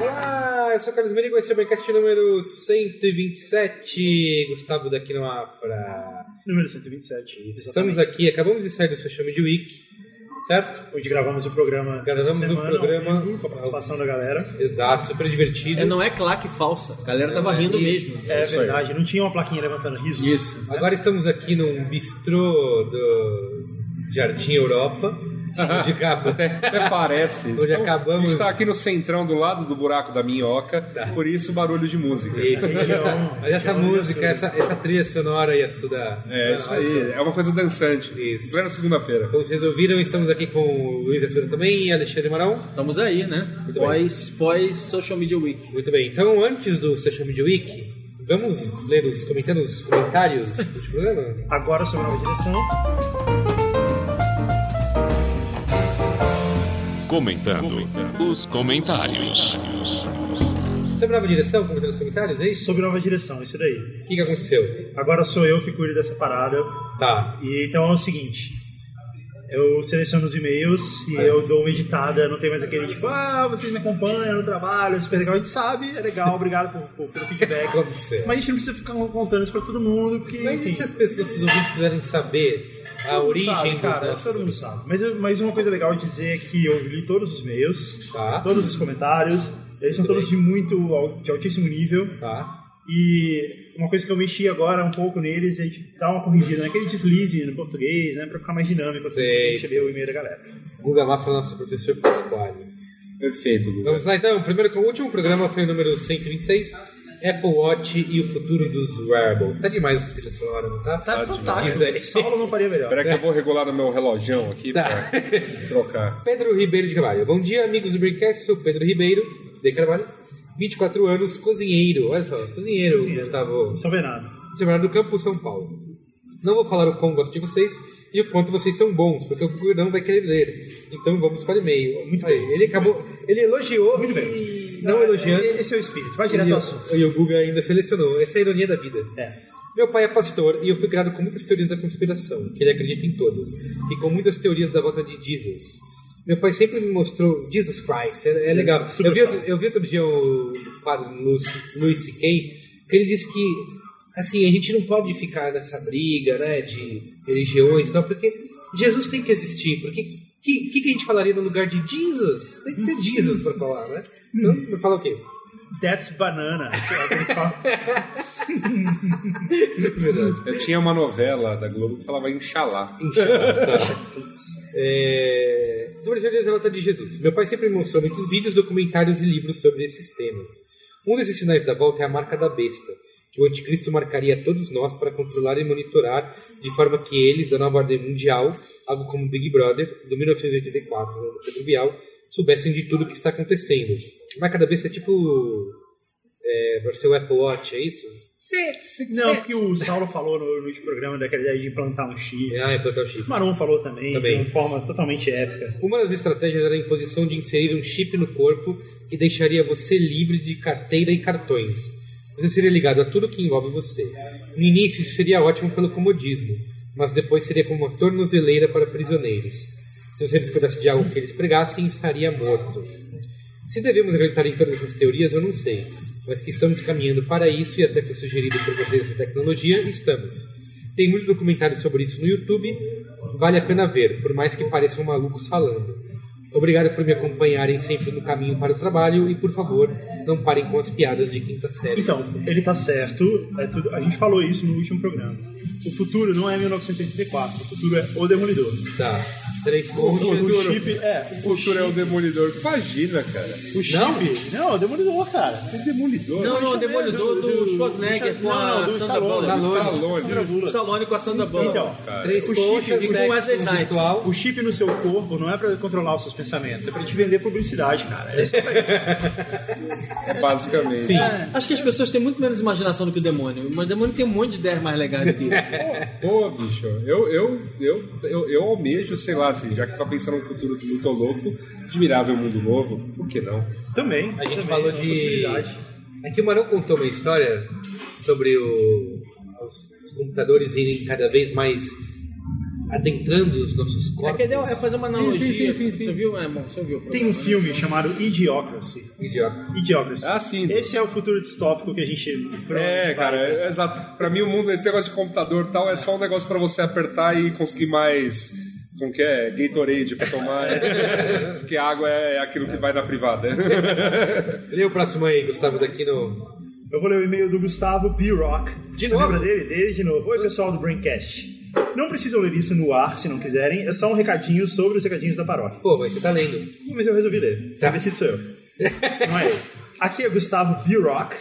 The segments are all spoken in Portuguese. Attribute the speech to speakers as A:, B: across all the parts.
A: Olá, eu sou o Carlos Merigo, esse é o Braincast número 127. Gustavo daqui no Afra.
B: Número 127.
A: Estamos aqui, acabamos de sair do Fechame de Week, certo?
B: Onde gravamos o programa.
A: Gravamos o
B: essa semana,
A: programa.
B: ao vivo, Com a participação da galera.
A: Exato, super divertido.
C: É, não é claque falsa. A galera tava rindo mesmo.
B: É verdade, não tinha uma plaquinha levantando risos.
C: Isso.
A: Agora estamos aqui num bistrô do Jardim Europa. De cabo.
D: Até, até parece.
A: Hoje
D: Então,
A: acabamos-
D: a gente Está aqui no centrão do lado do buraco da minhoca, por isso barulho de música.
A: Isso, mas essa,
B: Região-
A: mas essa
B: região
A: música,
B: Yasuda.
A: essa, essa trilha sonora e a Suda.
D: É isso aí. É uma coisa dançante. Isso. Plena segunda-feira.
A: Como então, vocês ouviram, estamos aqui com o Luiz Assuda também e Alexandre Marão.
C: Estamos aí, né?
A: bem.
C: Pós, pós Social Media Week.
A: Muito bem, então antes do Session Media Week, vamos ler os comentários, os comentários do último programa?
B: Agora sobre a nova direção.
E: Comentando, os comentários.
A: Você brava direção, comentando os comentários, é isso?
B: Sobre a nova direção, isso daí.
A: O que, que aconteceu?
B: Agora sou eu que cuido dessa parada.
A: Tá.
B: E então é o seguinte. Eu seleciono os e-mails
A: É.
B: e eu dou uma editada, não tem mais aquele tipo, ah, vocês me acompanham no trabalho, é super legal, a gente sabe, é legal, obrigado por- por- pelo feedback.
A: Como que você-
B: Mas a gente não precisa ficar contando isso pra todo mundo, porque.
A: Mas é e
B: enfim.
A: se as pessoas, se os ouvintes quiserem saber a
B: Todo mundo
A: origem
B: sabe,
A: dos
B: cara,
A: nossos-
B: todo mundo sabe. Mas, eu- mas uma coisa legal de dizer é que eu li todos os e-mails,
A: Tá.
B: todos os comentários, eles são todos de muito al- de altíssimo nível.
A: Tá.
B: E uma coisa que eu mexi agora um pouco neles é a gente dar uma corrigida né, naquele deslize no português, né, para ficar mais dinâmico pra
A: Sei.
B: gente ler o e-mail da galera.
A: Guga Mafra, nosso professor Pasquale.
D: Perfeito, Guga.
A: Vamos lá então, primeiro, o último programa foi o número 126, Apple Watch e o futuro dos wearables. Tá demais essa trilha sonora, não tá?
B: Tá fantástico.
A: demais.
B: Saulo não faria melhor.
D: Espera que eu vou regular no meu relógio aqui
A: Tá.
D: pra trocar.
A: Pedro Ribeiro de Carvalho. Bom dia, amigos do Brincast. Sou Pedro Ribeiro de Carvalho. 24 anos, cozinheiro. Olha só, cozinheiro, Gustavo.
B: São Bernardo.
A: De Bernardo do Campo, São Paulo. Não vou falar o quão gosto de vocês e o quanto vocês são bons, porque o Google não vai querer ler. Então vamos para o e-mail. Muito bem. Ele acabou, ele elogiou
B: Muito
A: e não elogiando.
B: Esse é o espírito. Vai direto
A: e,
B: ao
A: o-
B: assunto.
A: e o Google ainda selecionou. Essa é a ironia da vida.
B: É.
A: Meu pai é pastor e eu fui criado com muitas teorias da conspiração, que ele acredita em todas, e com muitas teorias da volta de Jesus. Meu pai sempre me mostrou Jesus Christ, é, é legal.
B: super
A: Eu vi, outro-
B: sábio.
A: eu vi outro dia o quadro do Louis- Louis C.K., que ele disse que assim, a gente não pode ficar nessa briga né, de religiões e tal, porque Jesus tem que existir, porque o que, que, que a gente falaria no lugar de Jesus? Tem que ter Jesus para falar, né? Então,
B: Uhum.
A: eu falo o quê?
B: That's banana. Sei lá como que fala.
A: Verdade.
D: Eu tinha uma novela da Globo que falava Inxalá.
A: É... Número de Revelação de Jesus. Meu pai sempre me mostrou muitos vídeos, documentários e livros sobre esses temas. Um desses sinais da volta é a marca da besta, que o anticristo marcaria todos nós para controlar e monitorar, de forma que eles, da nova ordem mundial, algo como Big Brother, do 1984, né, do Pedro Bial, soubessem de tudo o que está acontecendo. Marca da besta é tipo... É, para ser o Apple Watch, é isso?
B: Não, porque o Saulo falou no, no último programa daquela ideia de implantar um chip.
A: Ah, é para o chip.
B: O Maron falou também,
A: Também.
B: de uma forma totalmente épica.
A: Uma das estratégias era a imposição de inserir um chip no corpo que deixaria você livre de carteira e cartões. Você seria ligado a tudo que envolve você. No início, isso seria ótimo pelo comodismo, mas depois seria como uma tornozeleira para prisioneiros. Se você discordasse de algo que eles pregassem, estaria morto. Se devemos acreditar em todas essas teorias, eu não sei, mas que estamos caminhando para isso e até foi sugerido por vocês essa tecnologia, estamos. Tem muito documentário sobre isso no YouTube, vale a pena ver, por mais que pareçam malucos falando. Obrigado por me acompanharem sempre no caminho para o trabalho e, por favor, não parem com as piadas de quinta série.
B: Então, ele tá certo, é tudo- a gente falou isso no último programa. O futuro não é 1984, o futuro é O Demolidor.
A: tá. Três
D: futuro.
A: conchas.
B: O chip, é.
D: O futuro é o demolidor. Imagina, cara.
B: O chip. Não, o demolidor, cara.
D: O demolidor.
C: Não, não, o
B: do-
C: demolidor
B: do-
C: do
B: do-
C: Schwarzenegger com
B: não,
C: a
B: não, do
C: Sandra
B: Stallone.
C: Bullock.
D: Stallone.
B: Sandra Bullock.
C: O Stallone com a Sandra Bullock.
B: Então,
A: Três
B: o
A: conchas,
C: chip com
A: sexo,
C: Wesley
A: um
C: Snipes.
A: ritual.
B: o chip no seu corpo não é pra controlar os seus pensamentos, é pra te vender publicidade, cara. É só pra isso.
D: É, Basicamente.
C: É. Acho que as pessoas têm muito menos imaginação do que o demônio. Mas o demônio tem um monte de ideias mais legais do que isso.
D: Pô, bicho, eu, eu, eu, eu, eu almejo, sei lá, assim, já que tá pensando num futuro muito louco, admirável mundo novo, por que não?
B: Também.
A: A gente
B: também
A: falou
B: é uma
A: de.
B: possibilidade.
A: É que o Marão contou uma história sobre o- os, os computadores irem cada vez mais adentrando os nossos
C: É,
A: corpos.
C: que é fazer uma analogia.
D: sim, sim, sim, sim.
C: Você viu? É, bom, você viu. o programa,
B: Tem um
C: né?
B: filme chamado Idiocracy.
D: É,
A: Idiota.
B: Idiocracy.
D: Ah, sim.
B: Esse é o futuro distópico que a gente.
D: É, cara, é-
B: né?
D: é exato. Pra mim, o mundo, esse negócio de computador e tal, é só um negócio pra você apertar e conseguir mais. Como que é? Gatorade pra tomar. Porque água é aquilo que vai na privada.
A: Lê o próximo aí, Gustavo, daqui no.
B: Eu vou ler o e-mail do Gustavo P. Rock.
A: De
B: Você
A: novo?
B: lembra dele? Dele de novo. Oi, pessoal do Braincast. Não precisam ler isso no ar, se não quiserem. É só um recadinho sobre os recadinhos da paróquia.
A: Pô, mas você tá lendo.
B: Mas eu resolvi ler. Tá vencido sou eu. Não é eu. Aqui é Gustavo B. Rock.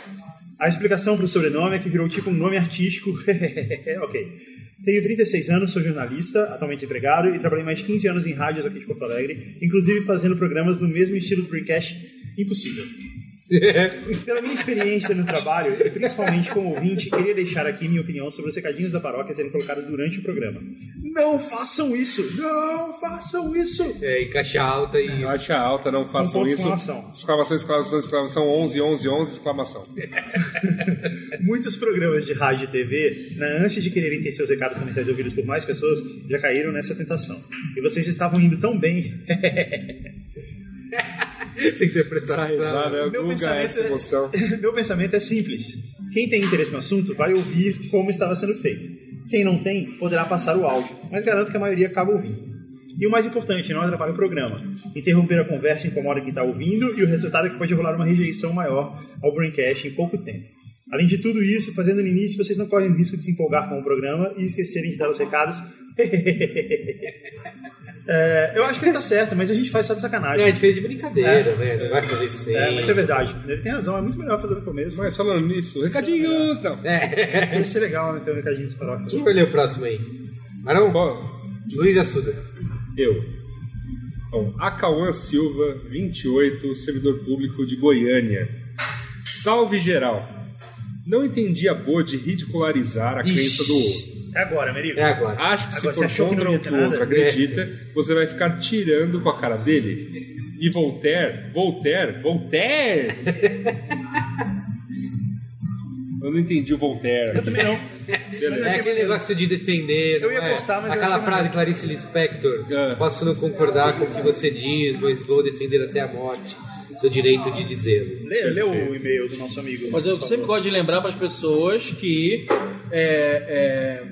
B: A explicação para o sobrenome é que virou tipo um nome artístico. ok. Tenho 36 anos, sou jornalista, atualmente empregado e trabalhei mais 15 anos em rádios aqui de Porto Alegre, inclusive fazendo programas no mesmo estilo do Dreamcast impossível. Pela minha experiência no trabalho, e principalmente como ouvinte, queria deixar aqui minha opinião sobre os recadinhos da paróquia serem colocados durante o programa. Não façam isso! Não façam isso!
A: É, em caixa alta e.
D: Acha alta, não
B: Um
D: façam
B: ponto de
D: isso.
B: exclamação.
D: Exclamação, exclamação, exclamação, 11, 11, 11, exclamação.
B: Muitos programas de rádio e TV, na ânsia de quererem ter seus recados comerciais ouvidos por mais pessoas, já caíram nessa tentação. E vocês estavam indo tão bem.
A: Essa interpretação.
D: Essa risada, é o
B: Meu
D: Guga,
B: pensamento
D: essa
B: é-
D: emoção.
B: Meu pensamento é simples. Quem tem interesse no assunto vai ouvir como estava sendo feito. Quem não tem, poderá passar o áudio, mas garanto que a maioria acaba ouvindo. E o mais importante, não atrapalha o programa. Interromper a conversa incomoda quem está ouvindo e o resultado é que pode rolar uma rejeição maior ao Braincast em pouco tempo. Além de tudo isso, fazendo no início, vocês não correm o risco de se empolgar com o programa e esquecerem de dar os recados. É, eu acho que ele tá certo, mas a gente faz só de
A: É, a
B: sacanagem.
A: gente fez de brincadeira,
B: É.
A: né? Não vai fazer isso sem.
B: É, mas é verdade. Ele tem razão, é muito melhor fazer no começo.
D: Mas falando nisso, recadinhos, não.
B: Ia ser legal né, ter um recadinho de paróquia.
A: Quem vai ler o próximo aí? Marão?
D: Bom,
A: Luiz Assuda.
D: Eu. Bom, Acauã Silva, 28, servidor público de Goiânia. Salve geral! Não entendi a boa de ridicularizar a
A: Ixi.
D: crença do outro.
B: É agora, Merigo.
A: É agora.
D: Acho que
B: Agora, você
D: se
B: achou
D: for
B: que não ia ter
D: contra o que o outro
B: nada?
D: acredita, você vai ficar tirando com a cara dele. E Voltaire, Voltaire, Voltaire! Eu não entendi o Voltaire. Eu também não. Beleza.
A: É aquele negócio de defender, não
B: Eu ia
A: é?
B: cortar, mas eu
A: Aquela
B: achei
A: frase Clarice Lispector,
D: É.
A: posso não concordar com o que você diz, mas vou defender até a morte seu direito de dizê-lo.
B: Lê, lê o e-mail do nosso amigo.
C: Mas eu
B: por
C: sempre
B: favor.
C: gosto de lembrar para as pessoas que, é, é,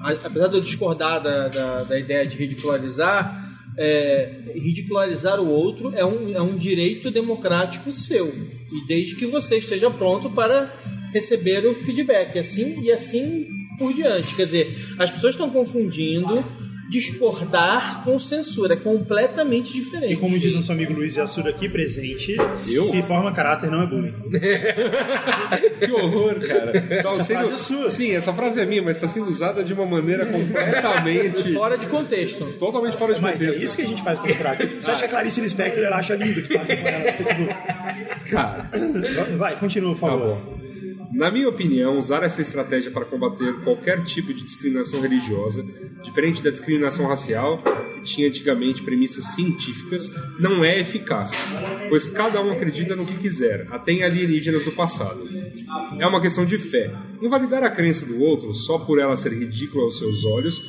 C: a- apesar de eu discordar da, da, da ideia de ridicularizar, é, ridicularizar o outro é um, é um direito democrático seu. E desde que você esteja pronto para receber o feedback. Assim e assim por diante. Quer dizer, as pessoas estão confundindo discordar com censura. É completamente diferente.
B: E como diz nosso amigo Luiz Assuda aqui presente,
D: Eu?
B: se forma caráter não é bullying.
D: Que horror, cara. Tá
B: Essa frase é sua.
D: Sim, essa frase é minha, mas está sendo usada de uma maneira completamente.
C: Fora de contexto.
D: totalmente fora de
B: Mas é
D: contexto.
B: isso que a gente faz com o fraco. Você acha a Clarice Lispector, ela acha lindo que fazem com ela no Facebook.
D: Cara,
B: Vai, continua, por
D: tá
B: favor.
D: bom. Na minha opinião, usar essa estratégia para combater qualquer tipo de discriminação religiosa, diferente da discriminação racial, que tinha antigamente premissas científicas, não é eficaz, pois cada um acredita no que quiser, até em alienígenas do passado. É uma questão de fé. Invalidar a crença do outro só por ela ser ridícula aos seus olhos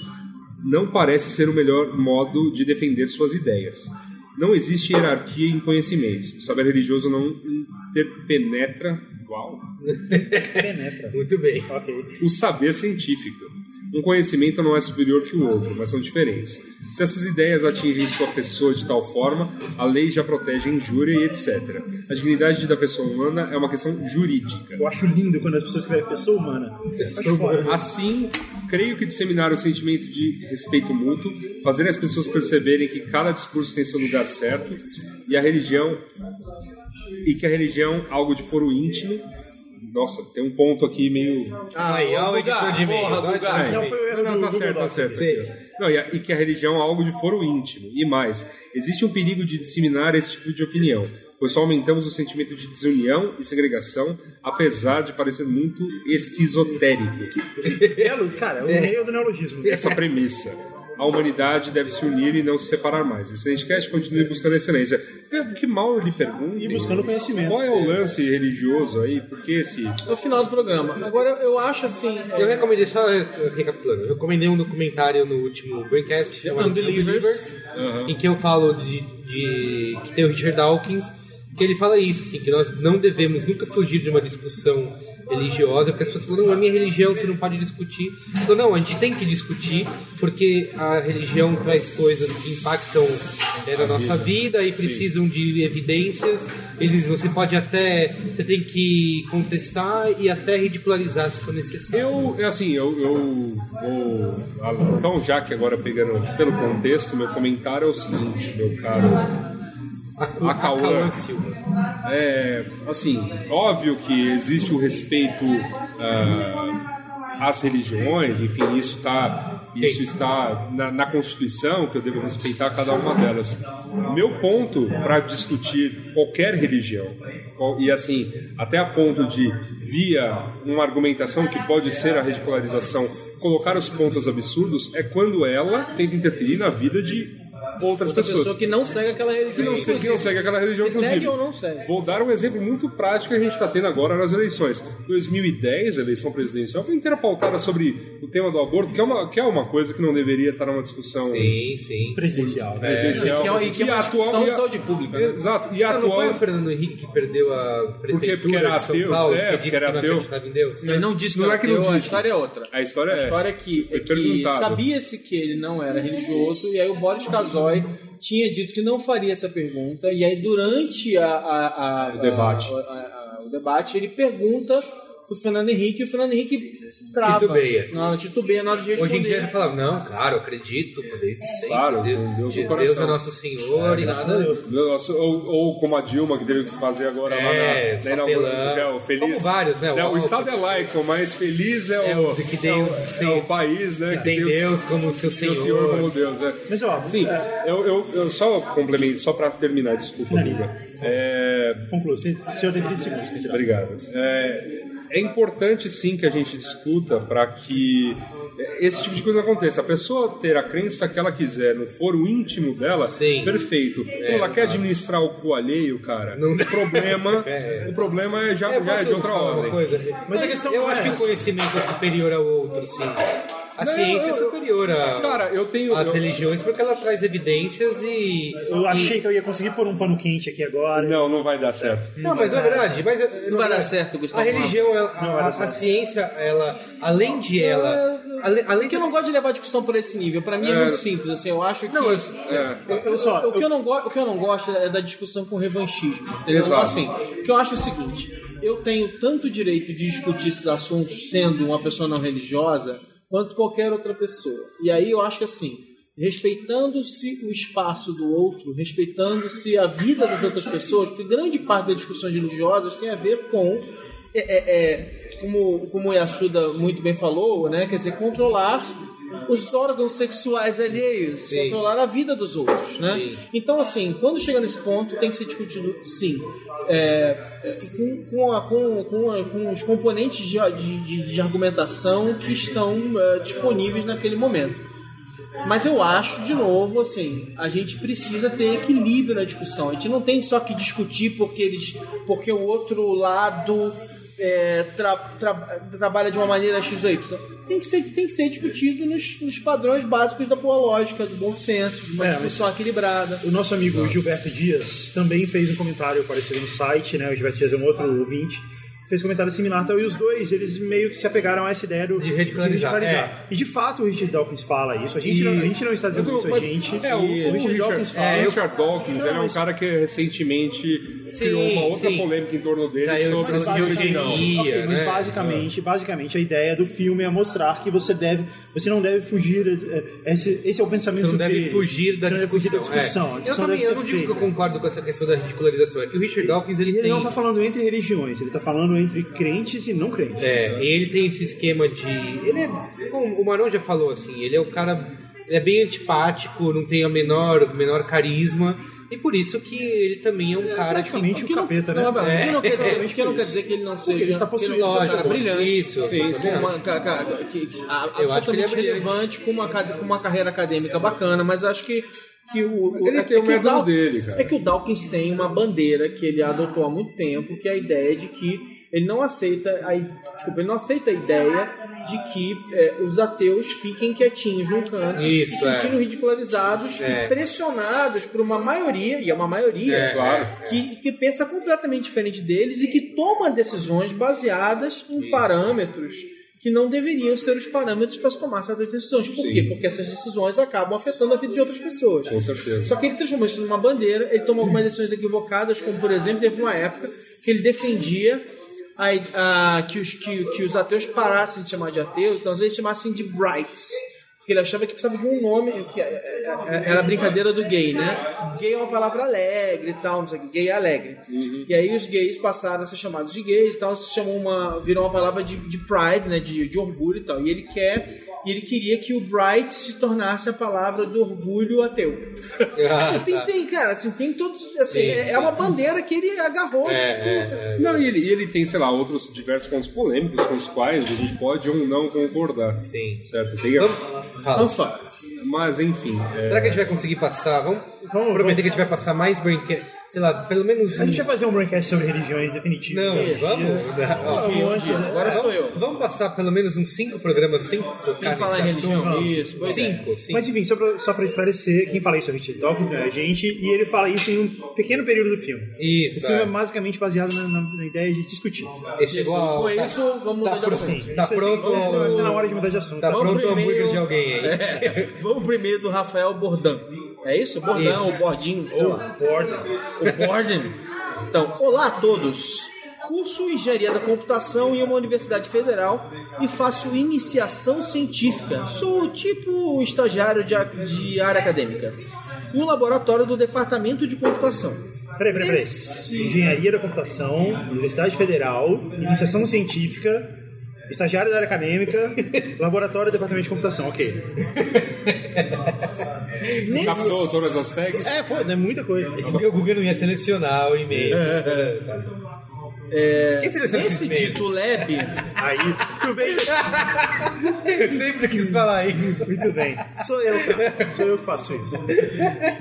D: não parece ser o melhor modo de defender suas ideias. Não existe hierarquia em conhecimentos. O saber religioso não interpenetra. Uau!
B: Penetra.
A: Muito bem.
B: Ok.
D: o saber científico. Um conhecimento não é superior que o outro, mas são diferentes. Se essas ideias atingem sua pessoa de tal forma, a lei já protege a injúria e etc. A dignidade da pessoa humana é uma questão jurídica.
B: Eu acho lindo quando as pessoas escrevem pessoa humana. Acho foda.
D: Assim, creio que disseminar o sentimento de respeito mútuo, fazer as pessoas perceberem que cada discurso tem seu lugar certo e a religião e que a religião é algo de foro íntimo. Nossa, tem um ponto aqui meio
C: Ah,
A: Aí, ó, o editor de e-mails,
C: porra,
A: ó,
C: Bulgar.
B: Não, então foi o erro
D: não,
B: do
D: tá
B: Google
D: certo, tá
B: Docs.
D: certo.
A: Sei.
D: Não, e, a- e que a religião é algo de foro íntimo. E mais, existe um perigo de disseminar esse tipo de opinião, pois só aumentamos o sentimento de desunião e segregação, apesar de parecer muito esquizotérico
B: Belo, Ah, é, cara, o meio do neologismo.
D: essa premissa. A humanidade deve se unir e não se separar mais. Excelente cast, continue buscando a excelência. É, que mal lhe pergunto.
B: E buscando conhecimento.
D: Qual é o lance religioso aí? Por que esse.
C: No final do programa. Agora, eu acho assim... é,
A: Eu recomendei, só eh, recapitulando, eu recomendei um documentário no último Braincast chamado
C: Unbelievers.
A: em que eu falo de, de- que tem o Richard Dawkins, que ele fala isso, assim, que nós não devemos nunca fugir de uma discussão religiosa, porque as pessoas falam, não, a minha religião você não pode discutir. Então, não, a gente tem que discutir, porque a religião traz coisas que impactam eh, na nossa vida e precisam de evidências. Eles, você pode até, você tem que contestar e até ridicularizar se for necessário.
D: Eu, é assim, eu, eu vou. Alan, Então, já que agora pegando pelo contexto, meu comentário é o seguinte, meu caro.
A: A, Cu-
D: a Cauã.
A: Cauã Silva.
D: É, assim, óbvio que existe o respeito ah, às religiões, enfim, isso tá isso está na, na Constituição que eu devo respeitar cada uma delas. Meu ponto para discutir qualquer religião qual- e assim até a ponto de via uma argumentação que pode ser a ridicularização colocar os pontos absurdos é quando ela tenta interferir na vida de
C: Outra
D: outras pessoas
C: pessoa que não segue aquela religião.
D: que não, segue, que não segue aquela religião,
C: Que segue
D: inclusive.
C: ou não segue?
D: Vou dar um exemplo muito prático que a gente está tendo agora nas eleições. 2010, a eleição presidencial, foi inteira pautada sobre o tema do aborto, que é uma, que é uma coisa que não deveria estar numa discussão
A: Sim, sim.
B: Presidencial.
D: presidencial.
C: E que é- e que é uma discussão de saúde pública, né?
D: Exato. E
A: Não,
D: a
A: não
D: atual...
A: foi o Fernando Henrique que perdeu a prefeitura
D: Porque era
A: de São
D: ateu,
A: Paulo,
D: é,
A: que disse
D: porque era
A: que não
D: ateu.
A: acreditava em Deus?
C: Mas não disse que
D: Não
C: não
D: é que não
C: ateu, a
D: disse.
C: história é outra.
D: A história é-
C: história é que,
D: Foi
C: é que
D: perguntado.
C: sabia-se que ele não era religioso, e aí o Boris Casoy tinha dito que não faria essa pergunta, e aí durante a, a- a-
D: O debate.
C: a- a- a- o debate ele pergunta pro Fernando Henrique, e o Fernando Henrique trava.
A: Titubeia.
C: Não, titubeia na hora de responder.
A: Hoje em dia já falava, não, claro, acredito, é desde sempre.
D: Claro,
A: Deus,
D: com Deus
A: Deus,
D: no coração.
A: é nosso Senhor e nada.
D: Nossa, ou, ou como a Dilma que teve que fazer agora
A: É,
D: lá na, na inauguração.
A: papelão.
D: É, o feliz.
A: Como vários, né? O
D: Não, o
A: Alckmin.
D: Estado é laico, mas feliz é,
A: É,
D: o,
A: o que tem
D: é
A: o-
D: o, é o país, né? Que
A: Tem
D: o-
A: Deus como seu
D: Tem
A: Senhor.
D: o Senhor como Deus, é.
B: Mas, ó,
D: Sim,
B: é,
D: eu, eu, eu só complemento, só para terminar, desculpa, Luísa. É,
B: conclua. Você, o senhor tem 30 segundos. Tem que tirar.
D: obrigado. É, é importante sim que a gente discuta para que esse tipo de coisa não aconteça. A pessoa ter a crença que ela quiser no foro íntimo dela,
A: Sim. É, tá.
D: perfeito. ela quer administrar o cu alheio, cara. O problema, o problema é já,
A: É,
D: já é
A: posso
D: de outra
A: falar uma
D: ordem.
A: coisa?
B: Mas a questão
A: Eu
B: não
A: acho
B: é
A: que o
B: essa.
A: conhecimento é superior ao outro, sim. A
D: Não,
A: ciência
D: eu-
A: é superior a,
D: Cara, eu tenho-
A: às
D: eu-
A: religiões porque ela traz evidências e.
B: Eu achei que eu ia conseguir pôr um pano quente aqui agora.
D: Não, não vai dar certo.
A: Não, mas é verdade. Mas é- é
C: Não vai dar
A: verdade.
C: certo, Gustavo
A: A religião, ela-
B: vai
A: a,
B: dar
A: a
B: certo.
A: ciência, ela, além de ela. ale- Além
C: Porque é eu
A: da
C: não gosto de levar a discussão por esse nível. Pra mim é, muito simples, assim, eu acho que...
A: Não, eu,
D: É.
C: Eu- eu-
B: Pessoal,
C: o, que eu... não go- o que eu não gosto é da discussão com revanchismo. Entendeu?
D: Exato.
C: Assim, o que eu acho é o seguinte: eu tenho tanto direito de discutir esses assuntos sendo uma pessoa não religiosa quanto qualquer outra pessoa. E aí eu acho que assim, respeitando-se o espaço do outro, respeitando-se a vida das outras pessoas, porque grande parte das discussões religiosas tem a ver com. é, é, é, como, como o Yasuda muito bem falou, né? Quer dizer, controlar os órgãos sexuais alheios, controlar a vida dos outros, né? Então, assim, quando chega nesse ponto, tem que ser discutido, sim, é, é, com, com, a- com- com a- com os componentes de, de- de- de argumentação que estão é, disponíveis naquele momento. Mas eu acho, de novo, assim, a gente precisa ter equilíbrio na discussão. A gente não tem só que discutir porque eles, porque o outro lado é, tra- tra- trabalha de uma maneira x ou y. Tem que ser, tem que ser discutido nos, nos padrões básicos da boa lógica, do bom senso, de uma
B: É, mas-
C: discussão equilibrada.
B: O nosso amigo Gilberto Dias também fez um comentário parecido no site, né? O Gilberto Dias é um outro ouvinte. fez comentário similar tal, e os dois, eles meio que se apegaram a essa ideia do,
A: De ridicularizar,
B: E de fato o Richard Dawkins fala isso. A gente,
A: E-
B: não, a gente não está dizendo isso, a gente.
D: é, o,
B: e
D: o Richard,
B: Dawkins fala.
D: é, o Richard Dawkins
B: Não,
D: ele é um
B: mas-
D: cara que recentemente
A: Sim,
D: criou uma outra
A: sim.
D: polêmica em torno dele
A: Daí eu
D: sobre tipo
A: falo que eu
D: sobre-
A: não.
D: não.
B: Ok,
A: Ia,
B: mas
A: né?
B: basicamente, basicamente a ideia do filme é mostrar que você deve, você não deve fugir. é, Esse, esse é o pensamento
A: Você não deve
B: dele.
A: fugir da
B: Você não deve
A: discussão.
B: Fugir da discussão.
A: é.
B: A
A: Eu
B: discussão
A: também eu
B: deve ser
A: não digo que eu
B: feita.
A: concordo com essa questão da ridicularização. É que o Richard Dawkins ele,
B: E ele
A: tem.
B: não
C: tá
B: está falando entre religiões, ele está falando entre crentes e não crentes.
A: É, ele tem esse esquema de. Ele é. Bom, o Marão já falou assim, ele é o cara. Ele é bem antipático, não tem o menor, o menor carisma. E por isso que ele também é um cara que-
B: praticamente um
C: que não,
B: capeta, né?
C: não, não,
A: É.
C: que não quer dizer,
B: Exatamente
C: que não
B: por
C: quer
B: isso.
C: dizer que ele não seja
B: ele está
C: que ele não
B: possuído,
C: seja um cara
B: lógico.
C: brilhante.
A: Isso,
C: sim,
A: sim.
C: Uma, ca, ca, que, que, a,
A: Eu acho que ele é
C: absolutamente
A: brilhante.
C: relevante, com uma, ca- com uma carreira acadêmica bacana, mas acho que. Que o, é
D: Ele tem o
C: que
D: método
C: Daw-
D: dele, cara.
C: É que o Dawkins tem uma bandeira que ele adotou há muito tempo, que é a ideia de que ele não aceita a, i- desculpa, ele não aceita a ideia de que é, os ateus fiquem quietinhos num canto,
A: Isso,
C: se
A: é.
C: sentindo ridicularizados,
A: É.
C: pressionados por uma maioria, e é uma maioria,
A: É,
D: claro.
C: que, que pensa completamente diferente deles e que toma decisões baseadas em parâmetros que não deveriam ser os parâmetros para se tomar certas decisões. Por
D: Sim.
C: quê? Porque essas decisões acabam afetando a vida de outras pessoas.
D: Com certeza.
C: Só que ele transformou isso numa bandeira, ele tomou algumas decisões equivocadas, como por exemplo, teve uma época que ele defendia a- a- que, os, que- que os ateus parassem de chamar de ateus, então às vezes chamassem de brights. Porque ele achava que precisava de um nome, que é- é- é- era a brincadeira do gay, né? Gay é uma palavra alegre e tal, não sei o que, gay é alegre.
A: Uhum.
C: E aí os gays passaram a ser chamados de gays e tal, se chamou uma, virou uma palavra de, de pride, né? De, de orgulho e tal. E ele quer, e ele queria que o bright se tornasse a palavra do orgulho ateu.
A: Ah,
C: Tem,
A: tá.
C: tem, cara, assim, tem todos. Assim,
A: Sim,
C: é,
A: sim.
C: é uma bandeira que ele agarrou.
A: É, é, é.
D: e ele, e ele tem, sei lá, outros diversos pontos polêmicos com os quais a gente pode ou não concordar.
A: Sim.
D: Certo? Tem a-
A: Vamos, fala.
C: Anfa.
D: Mas, enfim. é,
A: Será que a gente vai conseguir passar? Vamos, prometer que a gente vai passar mais brinquedo. Sei lá, pelo menos.
B: A
A: um.
B: gente vai fazer um broadcast sobre religiões definitivo.
A: Não,
B: né?
A: vamos. Ó,
C: Agora sou eu.
A: Vamos passar pelo menos uns cinco programas sem
C: Sem
A: tocar
C: falar em
A: nesse
C: religião.
A: assunto?
C: Isso, é. boa ideia.
A: Cinco, cinco.
B: Mas enfim, só pra, só pra esclarecer, quem fala isso é o Richard Dawkins, não é a gente, e ele fala isso em um pequeno período do filme.
A: Isso,
B: o filme é,
A: é.
B: basicamente baseado na, na- na ideia de discutir.
A: Ele chegou
C: Isso,
A: ao-
C: com
A: tá-
C: isso, vamos mudar de
A: tá
C: assunto.
A: pronto, Tá
B: Isso, assim,
A: pronto.
B: Tá na
A: ao-
B: hora de mudar de assunto.
A: Tá
B: Tá
C: Vamos
A: pronto o
C: pro
A: hambúrguer
C: e-mail.
A: de alguém aí.
C: É. Vamos primeiro do Rafael Bordan. É isso? Bordan
A: Isso.
C: ou Bordinho? Sei lá.
B: Borda.
C: O Borden. Então, olá a todos. Curso Engenharia da Computação em uma universidade federal e faço iniciação científica. Sou tipo um estagiário de, a- de área acadêmica. No laboratório do Departamento de Computação.
B: Peraí, peraí, peraí.
C: Esse-
B: Engenharia da Computação, Universidade Federal, Iniciação Científica, Estagiário da área acadêmica, Laboratório e Departamento de Computação, ok.
C: Nesse,
D: Captou todas as tags?
B: É, pô, é muita coisa.
A: Esse porque o Google não ia selecionar o e-mail. Quem seleciona esses
C: É. nesse
A: e-mails?
C: dito lab,
B: Aí, tudo bem?
A: Sempre quis falar isso.
B: Muito bem. Sou eu, cara. Sou eu que faço isso.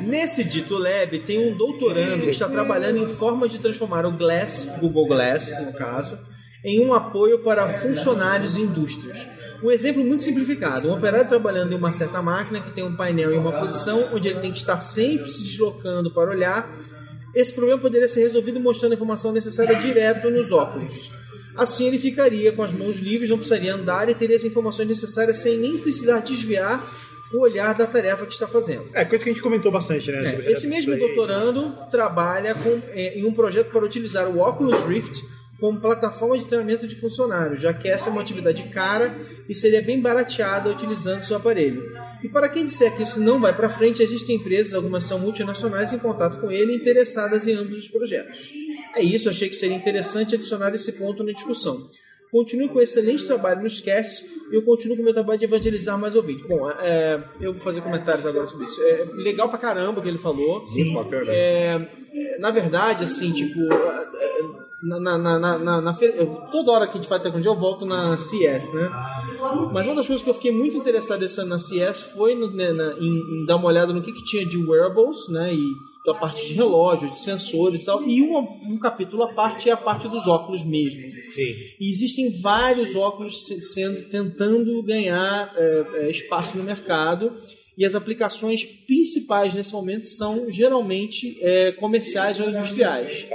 C: Nesse dito lab, tem um doutorando que está trabalhando em formas de transformar o Glass, Google Glass no caso, em um apoio para funcionários e indústrias. Um exemplo muito simplificado: um operário trabalhando em uma certa máquina que tem um painel em uma posição onde ele tem que estar sempre se deslocando para olhar. Esse problema poderia ser resolvido mostrando a informação necessária direto nos óculos. Assim ele ficaria com as mãos livres, não precisaria andar e teria as informações necessárias sem nem precisar desviar o olhar da tarefa que está fazendo.
B: É, coisa que a gente comentou bastante, né? sobre-
C: Esse mesmo
B: sobre-
C: doutorando trabalha com- eh, em um projeto para utilizar o Oculus Rift como plataforma de treinamento de funcionários, já que essa é uma atividade cara e seria bem barateada utilizando seu aparelho. E para quem disser que isso não vai para frente, existem empresas, algumas são multinacionais, em contato com ele interessadas em ambos os projetos. É isso, achei que seria interessante adicionar esse ponto na discussão. Continue com esse excelente trabalho, não esquece, e eu continuo com o meu trabalho de evangelizar mais ouvintes. Bom, é, eu vou fazer comentários agora sobre isso. É, legal pra caramba o que ele falou.
D: Muito bacana.
C: É, na verdade, assim, tipo, na, na, na, na- na- na feira- eu- toda hora que a gente vai tecnologia, eu volto na CS, né? Mas uma das coisas que eu fiquei muito interessado esse ano na CS foi no- né, na- em, em dar uma olhada no que, que tinha de wearables, né? E da parte de relógio, de sensores e tal. E uma- um capítulo à parte é a parte dos óculos mesmo. E existem vários óculos se- sendo, tentando ganhar é, é, espaço no mercado. E as aplicações principais nesse momento são geralmente é, comerciais ou industriais.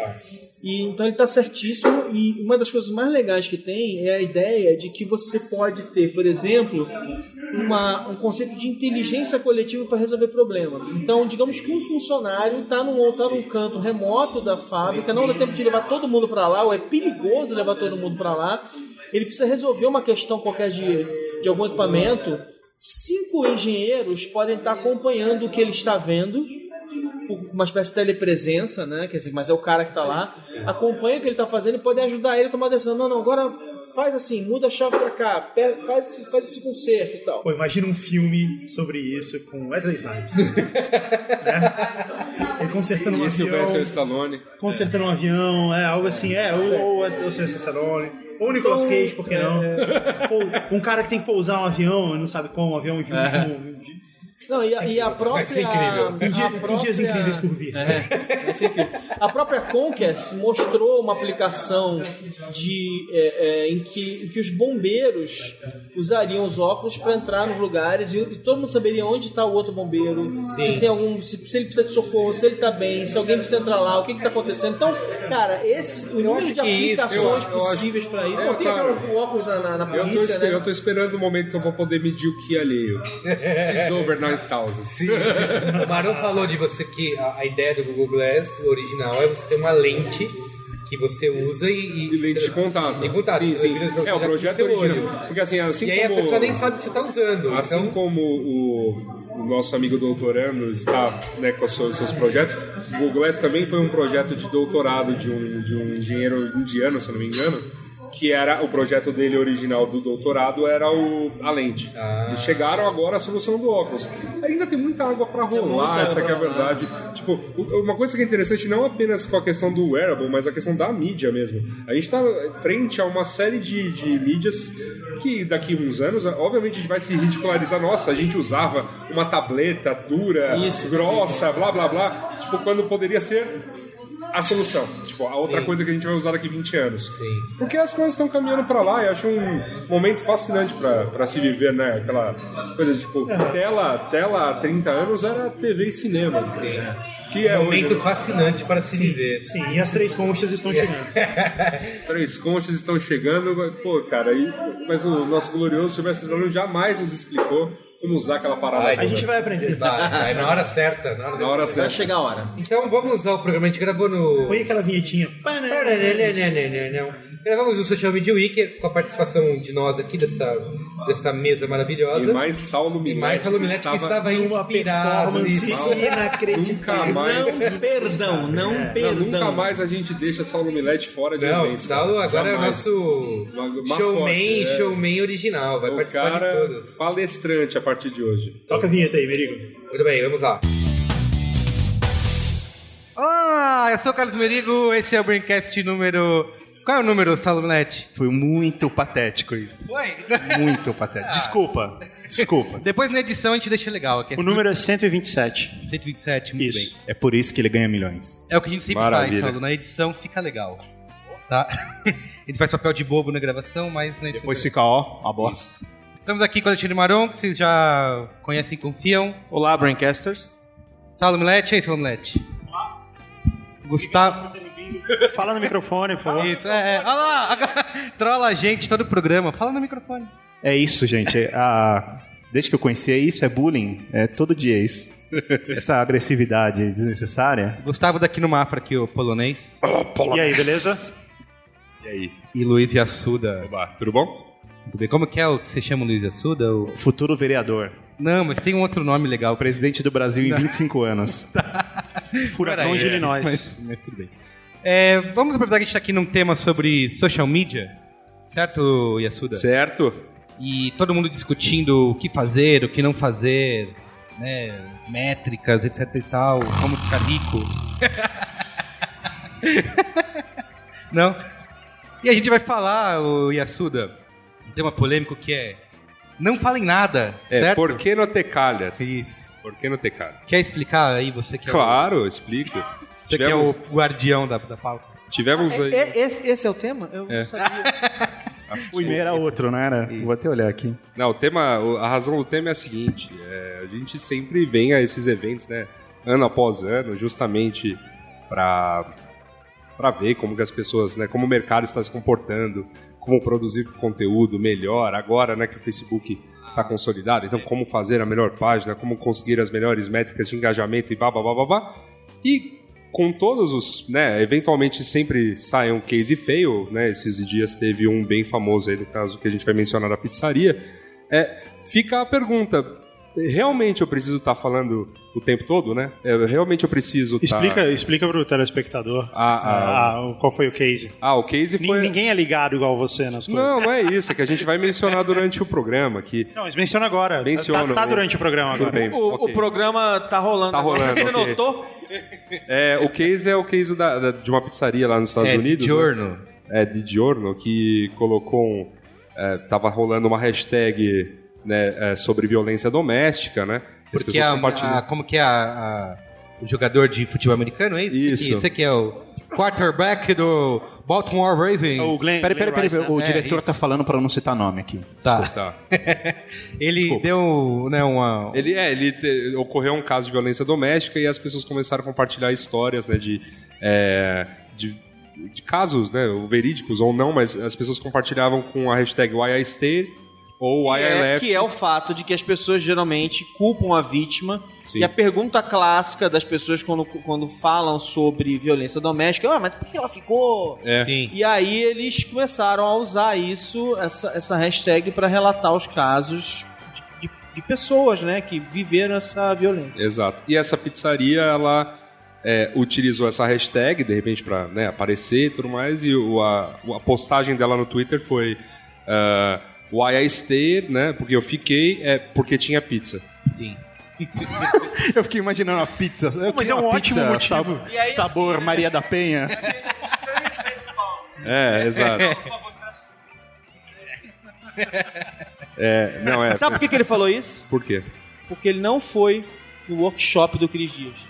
C: E, então ele está certíssimo. E uma das coisas mais legais que tem é a ideia de que você pode ter, por exemplo, uma, um conceito de inteligência coletiva para resolver problema. Então, digamos que um funcionário está num, tá num canto remoto da fábrica, não dá tempo de levar todo mundo para lá, ou é perigoso levar todo mundo para lá. Ele precisa resolver uma questão qualquer de, de algum equipamento. Cinco engenheiros podem estar acompanhando o que ele está vendo uma espécie de telepresença, né? Quer dizer, mas é o cara que está lá, acompanha o que ele está fazendo e pode ajudar ele a tomar decisão. Não, não, agora faz assim, muda a chave para cá, pe- faz, esse- faz esse conserto e tal.
F: Pô, imagina um filme sobre isso com Wesley Snipes. né? Ele consertando um
D: E esse vai ser o
F: avião,
D: Stallone.
F: consertando um avião, é algo assim, é, ou, ou, ou o Sr. Cesarone, ou o Nicolas Cage, por que não? Ou um cara que tem que pousar um avião, e não sabe como, um avião de último... de-
C: Não, e a, e a própria.
B: é
F: Em, dia,
C: a
F: em dias incríveis por vir.
C: A própria Conquest mostrou uma aplicação de, é, é, em, que, em que os bombeiros usariam os óculos para entrar nos lugares e, e todo mundo saberia onde está o outro bombeiro, se tem algum, se, se ele precisa de socorro, se ele está bem, se alguém precisa entrar lá, o que está acontecendo. Então, cara, esse o número de
G: que isso,
C: aplicações
D: eu- eu acho-
C: possíveis para isso.
D: É,
C: Não tem
D: cara.
C: aquela- o óculos na, na, na
D: Eu tô,
C: polícia,
D: espe- eu
C: né?
D: tô esperando o momento que eu vou poder medir o que é alheio. It's over 9000.
G: Sim. O Marão falou de você que a, a ideia do Google Glass original é você ter uma lente que você usa e.
D: E lente de contato.
G: E contato.
D: Sim, sim.
G: Você vira
D: É, o projeto
G: com seu olho.
D: original. Porque assim, assim
G: e aí
D: como...
G: a pessoa nem sabe que você está usando.
D: Assim
G: então,
D: como o, o nosso amigo doutorando está né, com os seus, seus projetos, o Google Glass também foi um projeto de doutorado de um, de um engenheiro indiano, se eu não me engano, que era o projeto dele original do doutorado era o, a lente.
G: Ah.
D: Eles chegaram agora à solução do óculos. Ainda tem muita água para rolar,
C: água
D: essa
C: pra
D: que é a
C: rolar.
D: verdade verdade. Tipo, o- uma coisa que é interessante não apenas com a questão do wearable, mas a questão da mídia mesmo. A gente tá frente a uma série de, de mídias que daqui a uns anos, obviamente, a gente vai se ridicularizar. Nossa, a gente usava uma tableta dura,
C: Isso.
D: grossa, blá blá blá. Tipo, quando poderia ser a solução. Tipo, a outra coisa que a gente vai usar daqui 20 anos.
G: Sim.
D: Porque as coisas estão caminhando pra lá e eu acho um momento fascinante pra pra se viver, né? Aquela coisa tipo, tela, tela há 30 anos era TV e cinema. né? Que é
G: um momento
D: hoje.
G: fascinante para se viver.
F: Sim, e as três conchas estão chegando.
D: Os Três conchas estão chegando, mas, pô, cara, aí, mas o nosso glorioso Silvestre Stallone jamais nos explicou como usar aquela parada.
F: A gente vai aprender.
G: Vai, Tá vai, na hora certa. Na hora
D: Na hora
C: Vai
D: certa.
C: chegar a hora.
G: Então vamos ao programa. A gente gravou no.
F: Põe aquela vinhetinha.
G: Gravamos Então, o Social Media Week com a participação de nós aqui dessa, dessa mesa
D: E
G: maravilhosa.
D: mais Saulo
G: E
D: Minetti.
G: mais Saluminete que estava
F: Uma
G: inspirado.
F: performance
G: isso.
D: Nunca
F: inacreditável.
D: mais.
C: Não, perdão, não
D: Não,
C: perdão.
D: nunca mais a gente deixa Saulo Milete fora de
G: Não, o
D: eventos.
G: Saulo agora é o
D: Jamais.
G: nosso
D: Mascote,
G: showman,
D: é.
G: showman original. Vai
D: O
G: participar de
D: cara
G: todos.
D: palestrante a partir de hoje.
F: Toca a vinheta aí, Merigo.
G: Muito bem, vamos lá.
A: Olá, eu sou o Carlos Merigo, esse é o Braincast número... Qual é o número, Salomete?
H: Foi muito patético isso.
A: Foi.
H: Muito patético. Desculpa. Desculpa.
A: Depois na edição a gente deixa legal, aqui é
F: O número é
A: Tá.
F: 127.
A: 127, muito
F: Isso.
A: bem.
H: É por isso que ele ganha milhões.
A: É o que a gente sempre
H: Maravilha.
A: faz, Saulo, na edição fica legal. Tá? Ele faz papel de bobo na gravação, mas na edição...
H: Depois fica, ó, a bosta.
A: Estamos aqui com o Alexandre Maron, que vocês já conhecem e confiam.
H: Olá, Braincasters.
A: Saulo Milete, e aí, Saulo Milete? Gustavo...
F: Fala no microfone, por favor.
A: Isso, é, é. Olha lá, agora- trola a gente todo o programa. Fala no microfone.
H: É isso, gente. É a- Desde que eu conheci é isso, é bullying. É todo dia é isso. Essa agressividade desnecessária.
A: Gustavo daqui no Mafra, aqui, o polonês.
F: E aí, beleza?
D: E aí?
A: E Luiz Yassuda.
D: Oba, tudo bom?
A: Tudo bem? Como que é o que você chama o Luiz Assuda? O-
H: Futuro vereador.
A: Não, mas tem um outro nome legal. pra
H: Presidente do Brasil em 25 anos.
F: Furacão
H: é.
F: de Illinois.
A: Mas, mas tudo bem. É, vamos aproveitar que a gente está aqui num tema sobre social media, certo, Yassuda?
D: Certo?
A: E todo mundo discutindo o que fazer, o que não fazer, né, métricas, etc e tal, como ficar rico. não? E a gente vai falar, o Yassuda, um tema polêmico que é não falem nada,
D: É,
A: certo?
D: por que não ter calhas?
A: Isso.
D: Por que não ter calhas?
A: Quer explicar aí, você que é o-
D: Claro, eu explico.
A: Você que é Ah, o
D: tivemos,
A: guardião da, da pauta.
D: Tivemos aí...
C: É, esse, esse é o tema? Eu não sabia.
H: O e-mail era outro, não era? Vou até olhar aqui.
D: Não, o tema, o- a razão do tema é a seguinte: é, É, a gente sempre vem a esses eventos, né? Ano após ano, justamente para para ver como que as pessoas, né, como o mercado está se comportando, como produzir conteúdo melhor agora, né, que o Facebook está consolidado, então como fazer a melhor página, como conseguir as melhores métricas de engajamento e babá babá e com todos os, né, eventualmente sempre sai um case fail, né, esses dias teve um bem famoso aí do caso que a gente vai mencionar da pizzaria, é, fica a pergunta, realmente eu preciso estar falando o tempo todo, né? É, realmente eu preciso tá estar...
B: Explica, explica pro telespectador
D: Ah,
B: ah, qual foi o case.
D: Ah, o case
B: Nin-
D: foi.
B: Ninguém é ligado igual você nas coisas.
D: Não, não é isso, é que a gente vai mencionar durante o programa aqui.
B: Não, mas menciona agora. Tá-
D: Menciona,
B: Tá, tá
D: o-
B: durante o programa
D: Tudo
B: agora.
D: bem.
C: O,
D: ok.
C: o programa tá rolando.
D: Tá
C: agora.
D: rolando,
C: Você
D: ok.
C: notou?
D: É, o case é o case da- da- de uma pizzaria lá nos Estados
A: é,
D: Unidos. né?
A: Giorno.
D: É, de Giorno, que colocou um. é, tava rolando uma hashtag né, é, sobre violência doméstica, né? E As
A: Porque
D: pessoas
A: a,
D: compartilham.
A: a- como que é a, a- o jogador de futebol americano, é isso?
D: Isso.
A: Esse aqui é o quarterback do Baltimore Ravens.
B: É O Glenn,
H: Peraí, peraí,
B: Glenn
H: peraí.
B: Rice, né?
H: O
A: É,
H: diretor
A: isso.
H: tá falando pra não citar nome aqui.
A: Tá.
D: Tá.
A: Ele deu né, uma...
D: Ele é, ele te- ocorreu um caso de violência doméstica e as pessoas começaram a compartilhar histórias, né, de, é, de, de casos, né, verídicos ou não, mas as pessoas compartilhavam com a hashtag Why I Stay ou Why
C: que,
D: I
C: é,
D: Left.
C: que é o fato de que as pessoas geralmente culpam a vítima.
D: Sim.
C: E a pergunta clássica das pessoas quando, quando falam sobre violência doméstica é: "Ah, mas por que ela ficou?
D: É.
A: Sim.
C: E aí eles começaram a usar isso, essa, essa hashtag, para relatar os casos de, de- de pessoas né, que viveram essa violência.
D: Exato. E essa pizzaria, ela é, utilizou essa hashtag, de repente, para aparecer e tudo mais, e o- a, a postagem dela no Twitter foi ah, Why I Stayed, né, porque eu fiquei, é porque tinha pizza.
A: Sim.
H: Eu fiquei imaginando a pizza. Eu
B: Mas
H: queria
B: é um
H: uma
B: ótimo
H: pizza
B: motivo.
H: sab-
C: E aí,
H: sabor
C: assim,
H: Maria da Penha.
D: É, exato. É, não é.
C: Sabe por que, que ele falou isso?
D: Por quê?
C: Porque ele não foi no workshop do Cris Dias.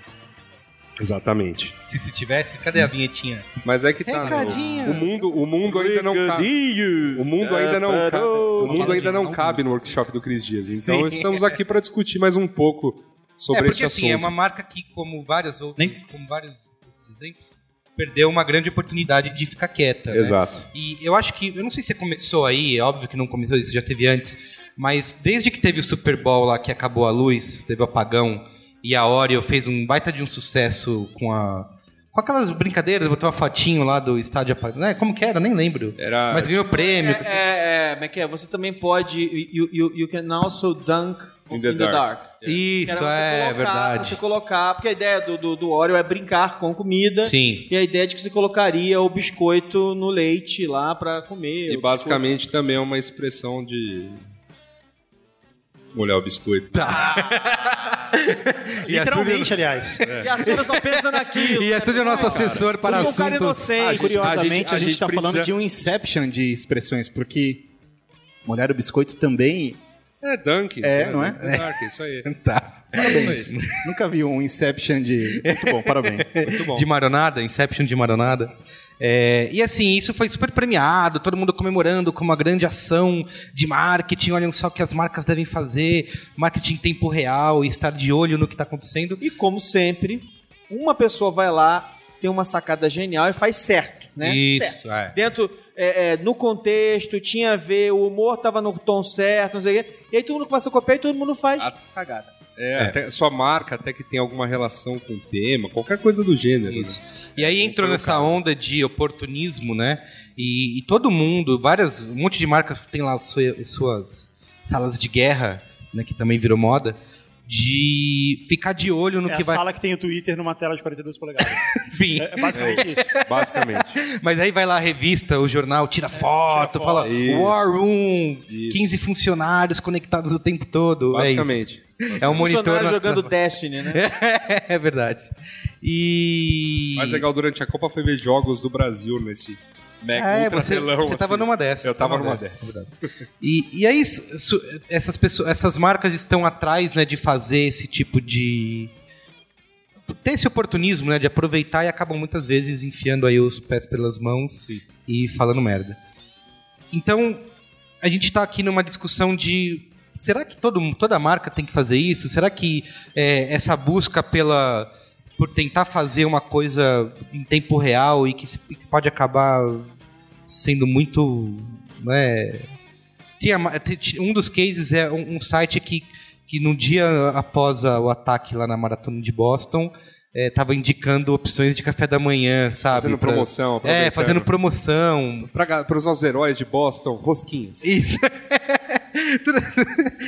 D: Exatamente.
A: Se se tivesse, cadê a
D: Hum.
A: vinhetinha?
D: Mas é que tá.
A: Recadinho.
D: O mundo, o mundo ainda não cabe. O mundo ainda não cabe. O mundo ainda não cabe no workshop do Cris Dias. Então
A: Sim.
D: estamos aqui para discutir mais um pouco sobre
A: é, porque
D: esse
A: assim,
D: assunto.
A: é uma marca que, como várias outras, como vários outros exemplos, perdeu uma grande oportunidade de ficar quieta. né?
D: Exato.
A: E eu acho que, eu não sei se começou aí, é óbvio que não começou isso, já teve antes, mas desde que teve o Super Bowl lá que acabou a luz, teve o apagão, e a Oreo fez um baita de um sucesso com a com aquelas brincadeiras, botou uma fotinho lá do estádio apagão, né? Como que era? Nem lembro.
D: Era.
A: Mas ganhou prêmio.
C: Ah,
D: assim.
C: É, é, é, como é que é? Você também pode. You, you, you can also dunk
D: In the dark.
C: Que era
A: Isso,
C: você
A: é
C: colocar- Você
A: verdade.
C: colocar, porque a ideia do, do, do Oreo é brincar com comida.
A: Sim.
C: E a ideia é de que você colocaria o biscoito no leite lá pra comer.
D: E basicamente também é uma expressão de. Molhar o biscoito.
C: Ah,
B: né? Literalmente, aliás.
C: E a Sônia só pensa naquilo.
A: E é tudo o nosso assessor para
C: Eu sou um cara
A: assuntos...
H: Ah,
C: inocente.
H: curiosamente, a gente,
D: a gente
H: tá
D: precisa-
H: falando de um inception de expressões, porque molhar o biscoito também.
D: É Dunk.
H: É, não é?
D: Dunk, isso aí.
A: Tá.
H: Parabéns. Nunca vi um inception de. Muito bom, parabéns.
D: Muito bom.
A: De Maronada, Inception de Maronada. É, e assim, isso foi super premiado, todo mundo comemorando como uma grande ação de marketing. Olhem só o que as marcas devem fazer, marketing em tempo real e estar de olho no que está acontecendo.
C: E como sempre, uma pessoa vai lá, tem uma sacada genial e faz certo, né? Certo.
A: Isso, é.
C: dentro, é, é, no contexto, tinha a ver, o humor tava no tom certo, não sei o quê. E aí todo mundo começa a copiar e todo mundo faz
D: Ah.
C: cagada.
D: É, até- sua marca até que tem alguma relação com o tema, qualquer coisa do gênero. né?
A: Isso. E aí
D: Não
A: entrou
D: foi o
A: nessa onda de oportunismo, né? E, e todo mundo, várias, um monte de marcas tem lá sua- suas salas de guerra, né? Que também virou moda, de ficar de olho no
B: É
A: um que
B: a
A: vai.
B: sala que tem o Twitter numa tela de 42 polegadas.
A: Enfim.
B: É basicamente isso.
D: Basicamente.
A: Mas aí vai lá a revista, o jornal, tira foto,
B: foto.
A: fala
D: Isso.
A: War Room,
D: Isso.
A: 15 funcionários conectados o tempo todo. É isso.
D: Basicamente.
A: É, um monitor.
C: Funcionário
A: na-
C: jogando
A: na-
C: Destiny, né?
A: é verdade. E.
D: Mais legal durante a Copa foi ver jogos do Brasil nesse mega
A: É,
D: né, ultra
A: você,
D: telão,
A: você tava
D: assim.
A: numa dessas.
D: Eu tava numa
A: é verdade. E, e aí, su- essas, pessoas, essas marcas estão atrás né, de fazer esse tipo de. ter esse oportunismo né, de aproveitar e acabam muitas vezes enfiando aí os pés pelas mãos e falando merda. Então, a gente tá aqui numa discussão de será que todo, mu- toda marca tem que fazer isso? Será que é, essa busca pela por tentar fazer uma coisa em tempo real e que, se- que pode acabar sendo muito, né? Tinha ma- ti- ti- um dos cases é um, um site que que no dia após a- o ataque lá na maratona de Boston estava indicando opções de café da manhã, sabe?
D: Fazendo
A: Pra-
D: promoção.
A: É,
D: aproveitando.
A: fazendo promoção,
D: Pra ga- Pros nossos heróis de Boston, rosquinhas.
A: isso. Tudo-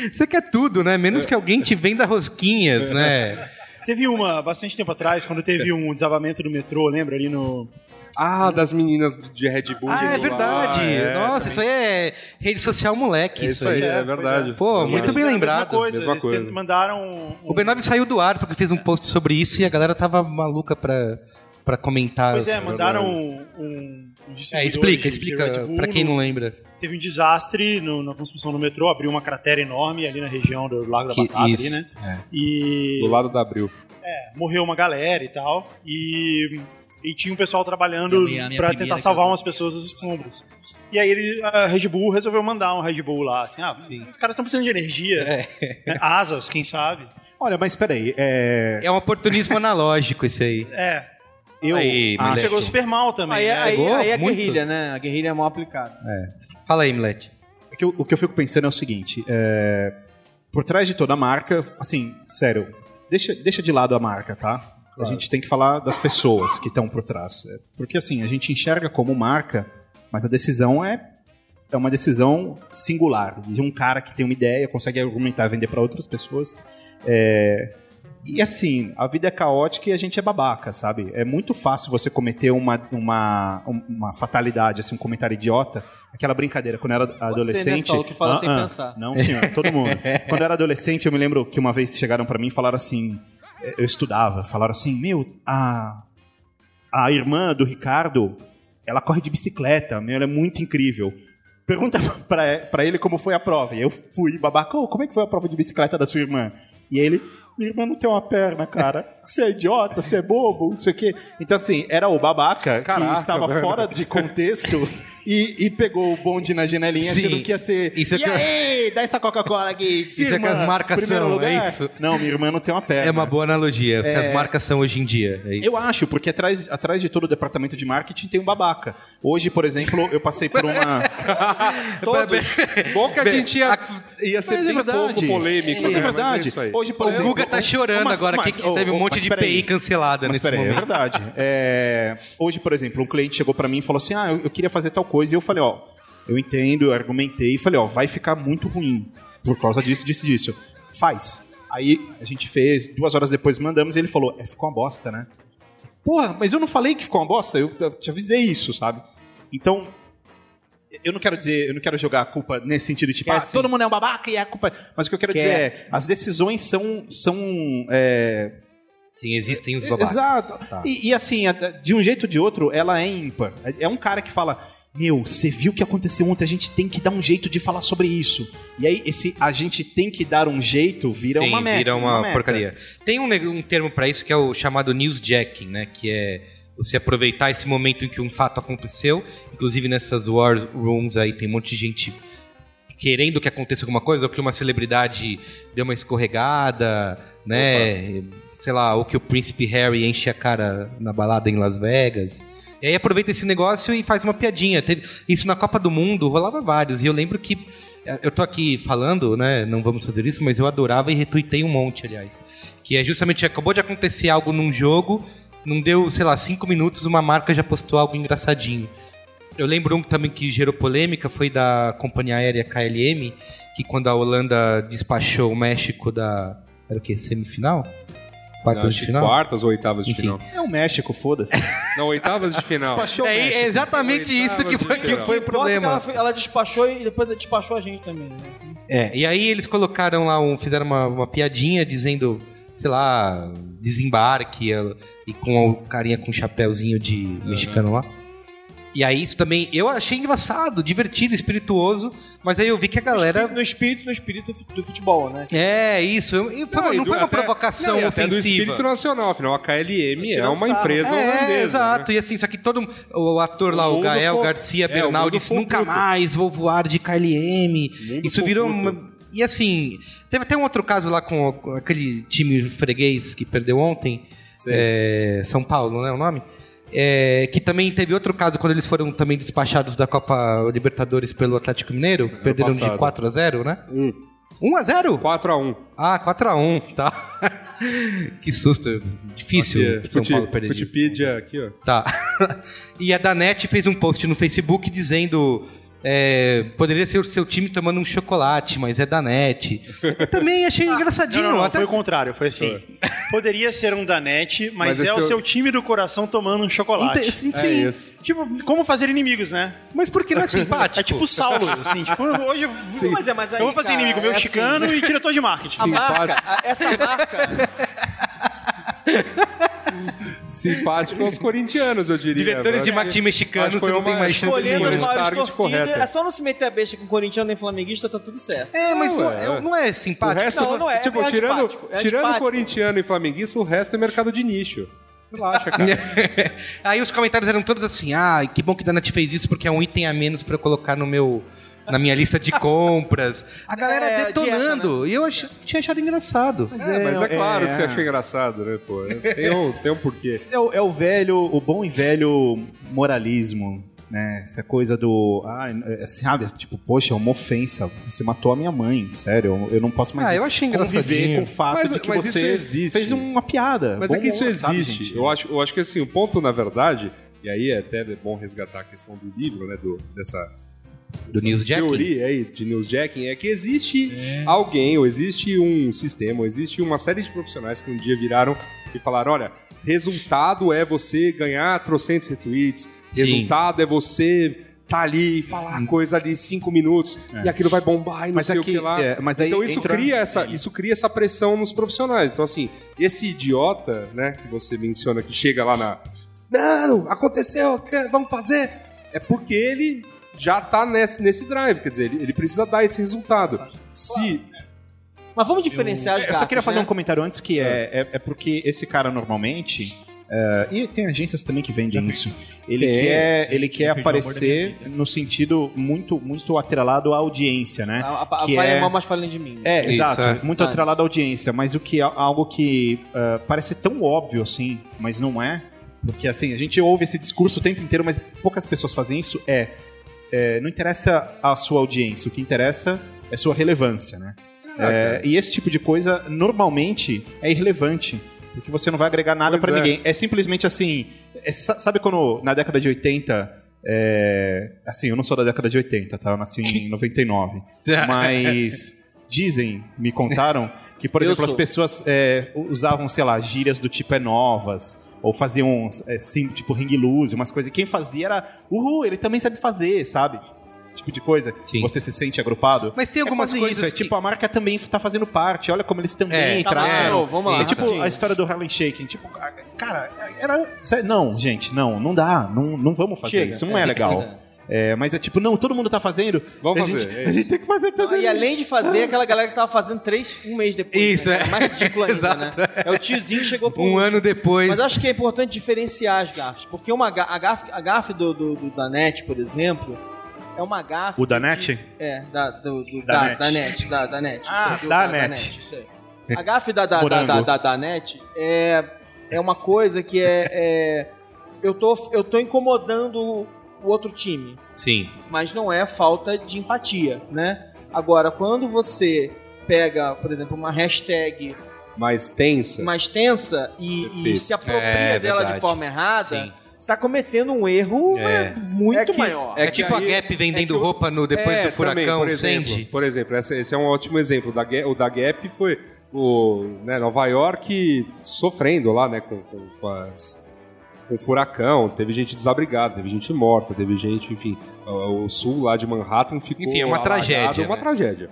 A: Você quer tudo, né?
D: É.
A: Menos que alguém te venda rosquinhas, né?
B: Teve uma, bastante tempo atrás, quando
D: É.
B: teve um desabamento do metrô, lembra? Ali no...
D: Ah, das meninas de Red Bull.
A: Ah, é
D: lá,
A: verdade.
D: é.
A: Nossa, isso aí é rede social moleque.
D: É isso aí, é,
B: é,
D: verdade.
A: Pô,
D: Verdade.
A: muito
B: Eles
A: bem
B: fizeram a
A: lembrado,
B: Mesma coisa,
D: mesma
B: eles
D: coisa.
B: te- mandaram... um-
A: O B9 saiu do ar porque fez um post sobre isso e a galera tava maluca pra, pra comentar.
B: Pois é,
A: sobre-
B: mandaram um, um, um distribuidor
A: É, explica,
B: de- de
A: explica
B: Red Bull
A: pra quem
B: no-
A: não lembra.
B: Teve um desastre no- na construção do metrô, abriu uma cratera enorme ali na região do Lago da
A: Que-
B: Batata, ali,
A: isso,
B: né? E é,
D: Do lado da Abril.
B: morreu uma galera e tal. E, e tinha um pessoal
I: Minha
B: trabalhando
I: mãe- é a minha
B: pra
I: primeira
B: tentar salvar
I: que eu-
B: umas pessoas dos escombros. E aí ele, a Red Bull resolveu mandar um Red Bull lá, assim, ah, os caras estão precisando de energia, né? asas, quem sabe.
H: Olha, mas peraí, é...
A: É um oportunismo analógico esse aí.
B: É,
H: eu
A: Aí,
H: acho-
A: moleque.
B: chegou super mal também.
C: Aí,
B: né?
C: aí,
A: Pegou?
J: é
C: aí a
A: Muito.
C: guerrilha, né? A guerrilha é mal aplicada.
A: Fala aí, Milete.
H: O que eu, o que eu fico pensando é o seguinte: é, por trás de toda marca, assim, sério, deixa, deixa de lado a marca, tá? A gente tem que falar das pessoas que estão por trás. É, Porque, assim, a gente enxerga como marca, mas a decisão é, é uma decisão singular de um cara que tem uma ideia, consegue argumentar, vender para outras pessoas. É, e, assim, a vida é caótica e a gente é babaca, sabe? É muito fácil você cometer uma, uma, uma fatalidade, assim, um comentário idiota. Aquela brincadeira, quando eu era
C: Você,
H: adolescente.
C: né, Saulo, que fala
H: Ah,
C: sem
H: ah.
C: pensar.
H: Não, senhor, todo mundo. Quando eu era adolescente, eu me lembro que uma vez chegaram pra mim e falaram assim: eh, eu estudava, falaram assim, meu, a, a irmã do Ricardo, ela corre de bicicleta, meu, ela é muito incrível. Pergunta pra, pra ele como foi a prova. E eu fui, babaca, "Ô, como é que foi a prova de bicicleta da sua irmã? E ele, minha irmã não tem uma perna, cara. Você é idiota, você é bobo, não sei o quê. Então, assim, era o babaca
D: Caraca,
H: que estava
D: mano.
H: fora de contexto e, e pegou o bonde na janelinha,
A: Sim.
H: achando que ia ser.
A: Isso é
H: e
A: que-
H: aí, dá essa Coca-Cola aqui.
A: Isso é que as marcas
H: primeiro
A: são,
H: lugar.
A: é isso?
H: Não, minha irmã não tem uma perna.
A: É uma boa analogia, porque as marcas são hoje em dia. É isso.
H: É. Eu acho, porque atrás, atrás de todo o departamento de marketing tem um babaca. Hoje, por exemplo, eu passei por uma. é
A: Todos.
D: Bom que a gente ia, ia ser
A: é
H: Mas
D: bem pouco polêmico.
H: É,
D: né? Mas
H: verdade.
D: isso aí.
H: Hoje, por
A: O
H: exemplo,
A: Guga tá chorando
H: mas-
A: agora
H: mas-
A: que
H: oh,
A: teve um
H: oh,
A: monte
H: mas
A: de
H: peraí.
A: PI cancelada
H: Mas
A: nesse
H: peraí, é
A: momento.
H: verdade. É, hoje, por exemplo, um cliente chegou pra mim e falou assim: Ah, eu, eu queria fazer tal coisa. E eu falei: Ó, eu entendo, eu argumentei. E falei: Ó, vai ficar muito ruim por causa disso, disso, disso. Faz. Aí a gente fez, duas horas depois mandamos e ele falou: É, ficou uma bosta, né? Porra, mas eu não falei que ficou uma bosta, eu eu te avisei isso, sabe? Então, eu não quero dizer, eu não quero jogar a culpa nesse sentido, tipo,
C: Quer
H: ah,
C: sim.
H: todo mundo é um babaca e a culpa. Mas o que eu quero
C: Quer.
H: dizer é, as decisões são, são é,
A: Sim, existem os babacas.
H: Exato.
A: Tá.
H: E, e assim, até- de um jeito ou de outro, ela é ímpar. É- É um cara que fala. Meu, você viu o que aconteceu ontem? A gente tem que dar um jeito de falar sobre isso. E aí, esse a gente tem que dar um jeito vira
A: Sim,
H: uma meta.
A: vira uma,
H: meta.
A: porcaria. Tem um, neg- um termo pra isso que é o chamado newsjacking, né? Que é você aproveitar esse momento em que um fato aconteceu. Inclusive nessas war rooms aí tem um monte de gente querendo que aconteça alguma coisa, ou que uma celebridade deu uma escorregada, né? Sei lá, ou que o príncipe Harry enche a cara na balada em Las Vegas. E aí aproveita esse negócio e faz uma piadinha. Teve isso na Copa do Mundo, rolava vários. E eu lembro que eh, eu tô aqui falando, né? Não vamos fazer isso, mas eu adorava e retuitei um monte, aliás. Que é justamente acabou de acontecer algo num jogo, não deu, sei lá, cinco minutos, uma marca já postou algo engraçadinho. Eu lembro um também que gerou polêmica, foi da companhia aérea KLM, que quando a Holanda despachou o México da. Era o quê? Semifinal? Quartas
D: Acho
A: de
D: que
A: final?
D: Quartas ou oitavas de
A: Enfim.
D: final?
H: É o México, foda-se.
D: Não, oitavas de final.
H: Despachou o
A: É,
H: México.
A: é exatamente isso que foi, que foi o
C: Ela,
A: problema.
C: foi- ela despachou e depois despachou a gente também. né?
A: É, e aí eles colocaram lá, um, fizeram uma, uma piadinha dizendo, sei lá, desembarque ela- e com o carinha com o chapéuzinho de mexicano lá. E aí isso também, eu achei engraçado, divertido, espirituoso, mas aí eu vi que a galera...
C: No espírito, no espírito do futebol, né?
A: É, isso, eu- e foi- não,
D: e do-
A: foi uma
D: até-
A: provocação
D: não, e até do
A: ofensiva.
D: espírito nacional, afinal, a KLM é
C: Tirando
D: uma
C: sarro.
D: empresa holandesa.
A: É,
D: né?
A: exato. E assim, só que todo mundo- o ator
D: O
A: lá, o
D: mundo
A: Gael
D: ficou-
A: Garcia
D: é, o
A: Bernal,
D: mundo
A: disse
D: ficou
A: nunca
D: puto."
A: mais vou voar de KLM.
D: mundo
A: Isso
D: ficou
A: virou
D: puto.
A: uma- E assim, teve até um outro caso lá com o- com aquele time freguês que perdeu ontem, é, São Paulo, né, o nome? É, que também teve outro caso quando eles foram também despachados da Copa Libertadores pelo Atlético Mineiro, perderam de
D: passado.
A: 4 a 0, né?
D: Um.
A: 1 a 0?
D: 4x1.
A: Ah, 4 a 1, tá. que susto, difícil é um São Paulo perder. de-
D: Futipedia aqui, ó.
A: Tá. e a Danete fez um post no Facebook dizendo. é, poderia ser o seu time tomando um chocolate, mas é Danete. Eu também achei engraçadinho.
B: Não, não, não,
A: até
B: foi o contrário, foi assim. Poderia ser um Danete, mas,
D: Mas é
B: é o
D: seu-
B: seu time do coração tomando um chocolate.
A: Inte- sim,
D: É
A: sim.
D: isso.
B: Tipo, como fazer inimigos, né?
A: Mas por que não é simpático?
B: É tipo o Saulo, assim, tipo, hoje eu,
D: Sim.
B: mas é, mas eu
J: aí,
B: vou fazer
J: cara,
B: inimigo meu
J: é assim.
B: chicano e diretor de marketing.
J: A
D: Sim.
J: marca,
D: Simpático.
J: a- essa marca,
D: Simpático aos corintianos, eu diria.
A: Diretores
D: né?
A: de marketing mexicano,
D: Acho que foi
A: você não
D: uma
A: tem mais chance
J: escolhendo
D: Escolha
J: as
D: de
A: nenhuma.
J: maiores
D: target
J: torcidas,
D: correta.
J: é só não se meter a besta com corintiano nem flamenguista, tá tudo certo.
A: É, mas
D: É,
A: não,
D: ué.
A: não é
D: O
A: simpático.
D: resto,
J: Não, não é,
D: tipo,
J: é
D: tirando,
J: antipático, é
D: tirando
J: antipático.
D: corintiano e flamenguista, o resto é mercado de nicho. Relaxa, cara.
A: Aí os comentários eram todos assim: ah, que bom que Danete fez isso porque é um item a menos pra eu colocar no meu. Na minha lista de compras. A galera
J: É,
A: detonando. E eu ach- tinha achado engraçado.
D: É, mas é claro
H: é.
D: que você achou engraçado, né, pô? Tem um, tem um porquê.
H: É o, é o velho, o bom e velho moralismo, né? Essa coisa do. Ah, é- é- sabe? Tipo, poxa, é uma ofensa. Você matou a minha mãe, sério. Eu, eu não posso mais
A: Ah, eu achei
H: um conviver
A: engraçadinho.
H: com o fato
D: Mas-
H: de que
D: mas isso
H: você
D: existe.
H: fez uma piada.
D: Mas
H: Bom
D: é que isso
H: humor, sabe,
D: existe.
H: gente?
D: eu, acho, eu acho que assim, o ponto, na verdade, e aí é até bom resgatar a questão do livro, né? Do, dessa
A: Do newsjacking?
D: teoria aí de newsjacking é que existe alguém, ou existe um sistema, ou existe uma série de profissionais que um dia viraram e falaram: olha, resultado é você ganhar trocentos retweets, resultado é você tá ali, falar coisa ali em cinco minutos, e aquilo vai bombar e não
H: Hum. Mas
D: sei o
H: aqui-
D: que lá.
H: é, mas aí
D: então isso
H: entra-
D: cria essa, isso cria essa pressão nos profissionais. Então, assim, esse idiota, né, que você menciona que chega lá na. Não, aconteceu, que- vamos fazer. É porque ele já tá nesse, nesse drive, quer dizer, ele, ele precisa dar esse resultado. Se.
J: Mas vamos diferenciar as
H: Eu só queria
J: garfas,
H: fazer
J: né?
H: um comentário antes que é, é, é porque esse cara normalmente. é, e tem agências também que vendem isso. Ele
D: Tem.
H: quer, ele quer
B: Pelo amor da
H: aparecer no sentido muito, muito atrelado à audiência, né?
J: A, a, a
H: que
J: falha
H: é-
J: mal, mas falem de mim.
H: É,
A: Isso,
H: exato.
A: é.
H: Muito atrelado à audiência, mas o que é algo que ah, parece tão óbvio assim, mas não é. Porque assim, a gente ouve esse discurso o tempo inteiro, mas poucas pessoas fazem isso. É, é, não interessa a sua audiência, o que interessa é sua relevância, né? É, e esse tipo de coisa normalmente é irrelevante, porque você não vai agregar nada
D: Pois
H: pra
D: é.
H: ninguém. É simplesmente assim. é, sa- sabe quando na década de 80. é, assim, eu não sou da década de 80, tá? Eu nasci em 99. Mas dizem, me contaram, que, por
J: Eu
H: exemplo, as
J: sou.
H: pessoas é, usavam, sei lá, gírias do tipo é novas, ou faziam, é, sim, tipo ring loose, umas coisas. E Quem fazia era, uhul, ele também sabe fazer, sabe? Esse tipo de coisa.
A: Sim.
H: Você se sente agrupado.
A: Mas tem algumas
H: é quase
A: coisas
H: Isso, é
A: que-
H: tipo, a marca também tá fazendo parte, olha como eles também
A: É,
J: Tá, mas, de
H: entraram.
J: novo, vamos lá.
H: É tipo a história do Harlem Shaking. Tipo, a- cara, era. sé- Não, gente, não, não dá. Não, não vamos fazer
J: Chega.
H: isso. Não é, legal. É, mas é tipo, não, todo mundo tá fazendo.
D: Vamos
H: a gente,
D: fazer, é
H: a gente
D: isso.
H: tem que fazer
J: Não,
H: também.
J: E além de fazer, aquela galera que tava fazendo três, um mês depois.
A: Isso,
J: né?
A: é.
J: Era mais ridículo ainda, né? É o tiozinho que chegou pro
A: Um ano depois.
J: Mas acho que é importante diferenciar as gafes, porque uma ga- a gafe, a gafe do, do, do Danete, por exemplo, é uma gafe.
H: O Danete?
J: de- é, da, do, do-
H: Da
J: da,
H: Net.
J: da Net. Da, da Net.
H: Ah,
J: isso aqui,
H: da
J: o
H: Net.
J: isso aí. A gafe da, da, da,
H: Morango.
J: da, da, da Net é, é uma coisa que é. é- eu, tô, eu tô incomodando o outro time
A: Sim.
J: mas não é falta de empatia, né? Agora, quando você pega, por exemplo, uma hashtag
D: mais tensa.
J: mais tensa e, e
D: Perfeito.
J: se apropria
A: É,
J: dela
A: verdade.
J: de forma errada,
A: Sim.
J: você está cometendo um erro
A: É.
J: né, muito
D: É que-
J: maior.
A: É,
D: que
A: tipo
D: aí-
A: a Gap
D: é que
A: vendendo
D: o-
A: roupa no depois
D: É,
A: do
D: também,
A: furacão
D: por exemplo,
A: Sandy.
D: Por exemplo, essa- esse é um ótimo exemplo. Da, Ga- o da Gap foi o, né, Nova York sofrendo lá, né, com, com, com as- com o furacão. Teve gente desabrigada, teve gente morta, teve gente, enfim, o, o sul lá de Manhattan ficou
A: Enfim, é uma
D: alagado,
A: tragédia,
D: uma
A: né?
D: tragédia.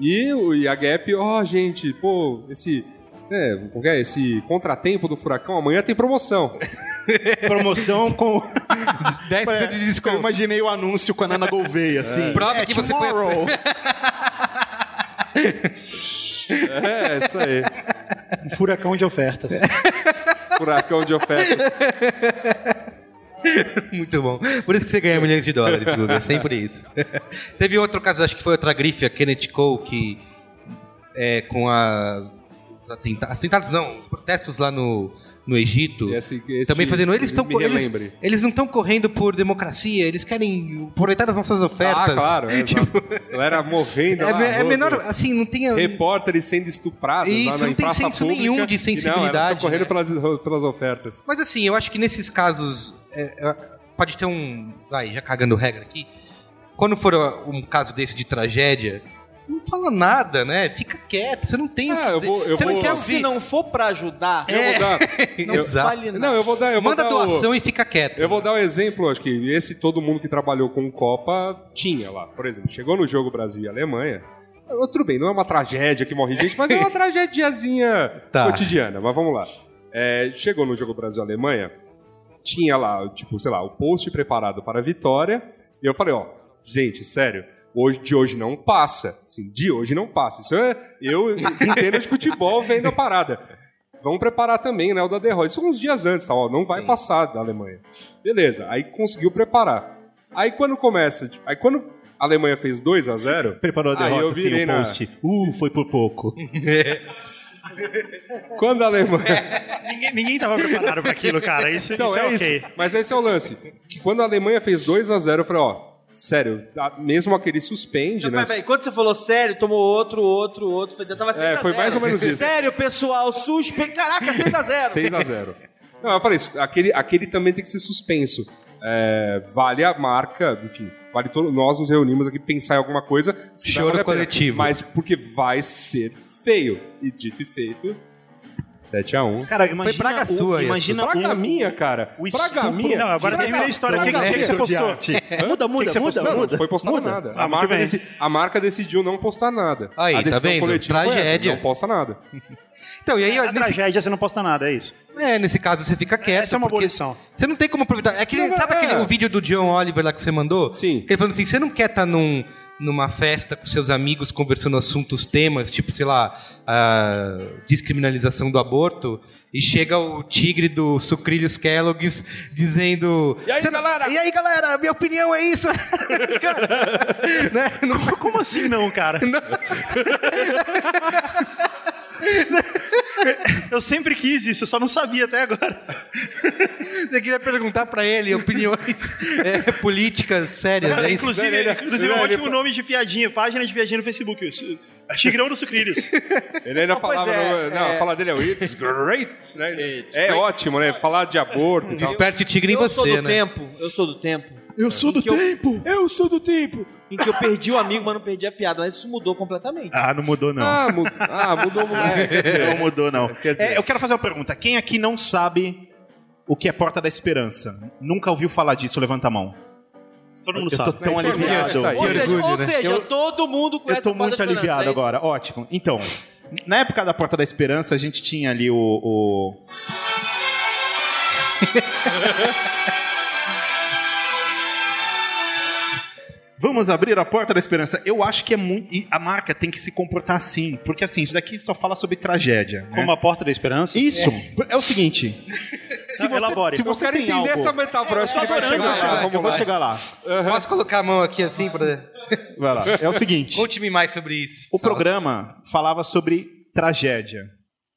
D: E, o- e a Gap, ó, gente, pô, esse... É, como que é? esse contratempo do furacão, amanhã tem promoção.
H: Promoção com.
A: 10% de
H: Eu
A: desconto. É.
H: imaginei o anúncio com a Nana Gouveia, assim.
A: Prova que você foi-
H: tomorrow.
D: É, isso aí.
B: Um furacão de ofertas.
D: Furacão de ofertas.
A: Muito bom. Por isso que você ganha milhões de dólares, Guga. É sempre isso. Teve outro caso, acho que foi outra grife, a Kenneth Cole, que é, com as- os atentados, atentados não, os protestos lá no, no Egito,
D: Esse- assim esse
A: também fazendo. Eles estão
D: me
A: co- eles,
D: relembre.
A: eles não estão correndo por democracia, eles querem aproveitar as nossas ofertas.
D: Ah, claro. É,
A: Tipo,
D: exato. Galera morrendo.
A: é,
D: lá,
A: me- é
D: louco.
A: menor, assim, não tem.
D: Repórteres sendo estuprados
A: Isso,
D: lá na,
A: não
D: em
A: tem
D: praça
A: senso
D: pública.
A: nenhum de
D: E não, elas
A: sensibilidade,
D: estão correndo
A: né?
D: pelas, pelas ofertas.
A: Mas assim, eu acho que nesses casos é, é, pode ter um, vai, já cagando regra aqui. Quando for ó, um caso desse de tragédia, não fala nada, né? Fica quieto, você não tem. o que
D: Ah, eu
A: dizer.
D: vou- eu
A: você não
D: vou-
A: quer
J: Se
A: ouvir.
J: não for pra ajudar,
D: Eu vou dar.
J: não
A: eu-
J: vale nada.
D: Não, eu vou dar. Eu vou
A: É. Manda
D: dar o-
A: doação e fica quieto.
D: Eu vou dar um exemplo, acho que esse todo mundo que trabalhou com Copa tinha lá. Por exemplo, chegou no jogo Brasil e Alemanha. Ah, Tudo bem, não é uma tragédia que morre gente, mas é uma tragédiazinha
A: Tá.
D: cotidiana. Mas vamos lá. É, chegou no jogo Brasil e Alemanha, tinha lá, tipo, sei lá, o post preparado para a vitória. E eu falei, ó, gente, sério, hoje, de hoje não passa. Assim, de hoje não passa. Isso é eu que entendo de futebol vendo a parada. Vamos preparar também, né, o da derrota. Isso uns dias antes, tá? Ó, não vai passar da Alemanha. Beleza, aí conseguiu preparar. Aí quando começa, tipo, aí quando a Alemanha fez 2 a 0
H: Preparou a
D: Aí
H: derrota
D: eu
H: assim,
D: virei
H: o
D: na-
H: post. Uh, foi por pouco.
D: quando a Alemanha
B: Ninguém, ninguém tava preparado pra aquilo, cara. Isso,
D: Então,
B: isso
D: é,
B: é, ok.
D: isso. Mas esse é o lance. Que quando a Alemanha fez 2 a 0 eu falei, ó, sério, a- mesmo aquele suspende,
J: Não,
D: né?
J: peraí, peraí, quando você falou sério, tomou outro, outro, outro. Foi, tava
A: É,
J: 6 a 0.
D: foi mais ou menos isso.
J: Sério, pessoal, suspe... Caraca, 6x0.
D: 6 a 0 Não, eu falei, isso, aquele, aquele também tem que ser suspenso. É, vale a marca, enfim, vale todo, nós nos reunimos aqui pensar em alguma coisa. se
A: Choro
D: vale a pena.
A: coletivo.
D: Mas porque vai ser feio. E dito e feito, 7 a 1
H: Cara, imagina.
A: praga
H: o-
A: sua, isso.
H: Imagina
D: Praga
H: um-
D: minha, cara.
H: o
D: Praga
H: estupro-
D: minha.
B: Não, agora
D: Praga-
B: termina a história. O que, que, que, você
H: Diretor de
B: postou?
H: arte. Muda, muda,
B: você
H: muda,
B: postou?
D: Não,
H: muda.
D: não foi postado
H: muda.
D: nada.
B: Ah,
D: A
B: muito
D: marca,
B: bem.
D: deci- a marca decidiu não postar nada.
A: Aí,
D: a
A: tá
D: decisão
A: vendo?
D: coletiva foi essa,
A: Tragédia.
D: não posta nada.
A: Então, e aí,
B: A
A: nesse,
B: tragédia, você não posta nada, é isso.
A: é, nesse caso, você fica quieto.
B: Essa é uma boa
A: porque
B: lição.
A: Você não tem como aproveitar. É aquele-
D: Não,
A: sabe
D: é.
A: aquele o vídeo do John Oliver lá que você mandou?
D: Sim.
A: Que ele falando assim: você não quer estar num, numa festa com seus amigos conversando assuntos, temas, tipo, sei lá, a descriminalização do aborto, e chega o tigre do Sucrilhos Kellogg's dizendo.
D: E aí,
A: "Cê não-
D: galera?"
A: E aí, galera, minha opinião é isso. Cara, né? Não vai-
B: Como assim não, cara? Eu sempre quis isso, eu só não sabia até agora.
A: Você queria perguntar pra ele opiniões é, políticas sérias, é isso?
B: inclusive,
D: Ele-
B: inclusive é um
D: ele-
B: ótimo nome de piadinha, página de piadinha no Facebook. o su- Tigrão do Sucrilhos.
D: Ele
A: Ah,
D: ainda
J: pois
D: falava.
J: é,
D: no- não,
J: é.
D: a fala dele é o It's great. Né? é ótimo, né? Falar de aborto e tal.
A: Desperte o tigre em
J: eu
A: você,
J: sou do
A: né?
J: tempo, eu sou do tempo.
H: Eu sou do
J: Que eu-
H: tempo!
J: Eu sou do
H: tipo
J: tempo. Em que eu perdi o amigo, mas não perdi a piada. Mas isso mudou completamente.
H: Ah, não mudou, não.
D: Ah, mudou, ah, mudou. mudou. É, quer dizer,
H: Não mudou, não.
D: Quer dizer-
H: É, eu quero fazer uma pergunta. Quem aqui não sabe o que é Porta da Esperança? Nunca ouviu falar disso? Levanta a mão.
B: Todo mundo
H: eu tô
B: sabe. Né?
H: tão
D: É
A: né?
D: importante,
H: aliviado.
D: tá aí.
J: Ou
D: Que
J: seja,
A: orgulho,
J: ou
A: né?
J: seja, todo mundo
H: Eu
J: conhece
H: tô
J: a Porta
H: muito
J: da Esperança,
H: aliviado
J: é isso?
H: agora. Ótimo. Então, na época da Porta da Esperança, a gente tinha ali o... o- Vamos abrir a Porta da Esperança. Eu acho que é muito... E a marca tem que se comportar assim. Porque, assim, isso daqui só fala sobre tragédia. né?
B: Como a porta da esperança.
H: Isso. É, o seguinte. Se
B: Não, elabore.
H: Se
D: eu
H: você
D: quero
H: tem
D: entender
H: algo...
D: essa metáfora. acho que vai
H: Eu vou
D: chegar lá.
H: chegar, eu
D: Vamos
H: vou
D: lá.
H: chegar lá.
A: Posso colocar a mão aqui assim pra.
H: Vai lá. É o seguinte.
A: Conte-me mais sobre isso.
H: O programa falava sobre tragédia,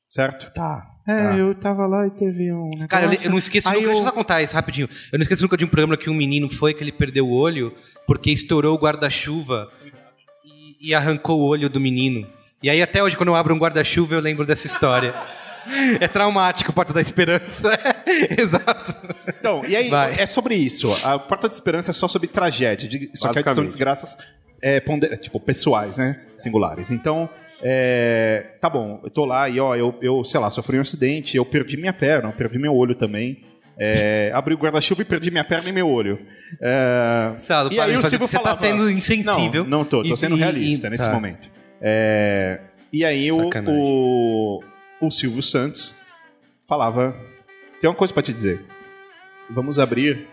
H: certo? Tá. É, eu tava lá e teve um.
A: Cara, eu, eu não esqueço
H: Aí
A: nunca. Deixa eu
H: eu-
A: só contar isso rapidinho. Eu não esqueço nunca de um programa que um menino foi que ele perdeu o olho porque estourou o guarda-chuva e, e arrancou o olho do menino. E aí até hoje, quando eu abro um guarda-chuva, eu lembro dessa história. É traumático, Porta da Esperança. Exato.
H: Então, e aí,
A: Vai.
H: é sobre isso. A Porta de Esperança é só sobre tragédia, de- só que são
D: Basicamente.
H: desgraças é, ponder- tipo, pessoais, né? Singulares. Então, é, tá bom, eu tô lá e ó, eu, eu, sei lá, sofri um acidente, eu perdi minha perna, eu perdi meu olho também. É, abri o guarda-chuva e perdi minha perna e meu olho. É,
A: Salo,
H: e
A: para
H: aí
A: de
H: o
A: fazer-
H: Silvio
A: você tá
H: falava...
A: sendo insensível.
H: Não, não tô, tô
A: E-
H: sendo
A: e-
H: realista
A: e-
H: nesse
A: tá.
H: momento. É, e aí o,
A: Sacanagem.
H: o, o Silvio Santos falava: tem uma coisa pra te dizer. Vamos abrir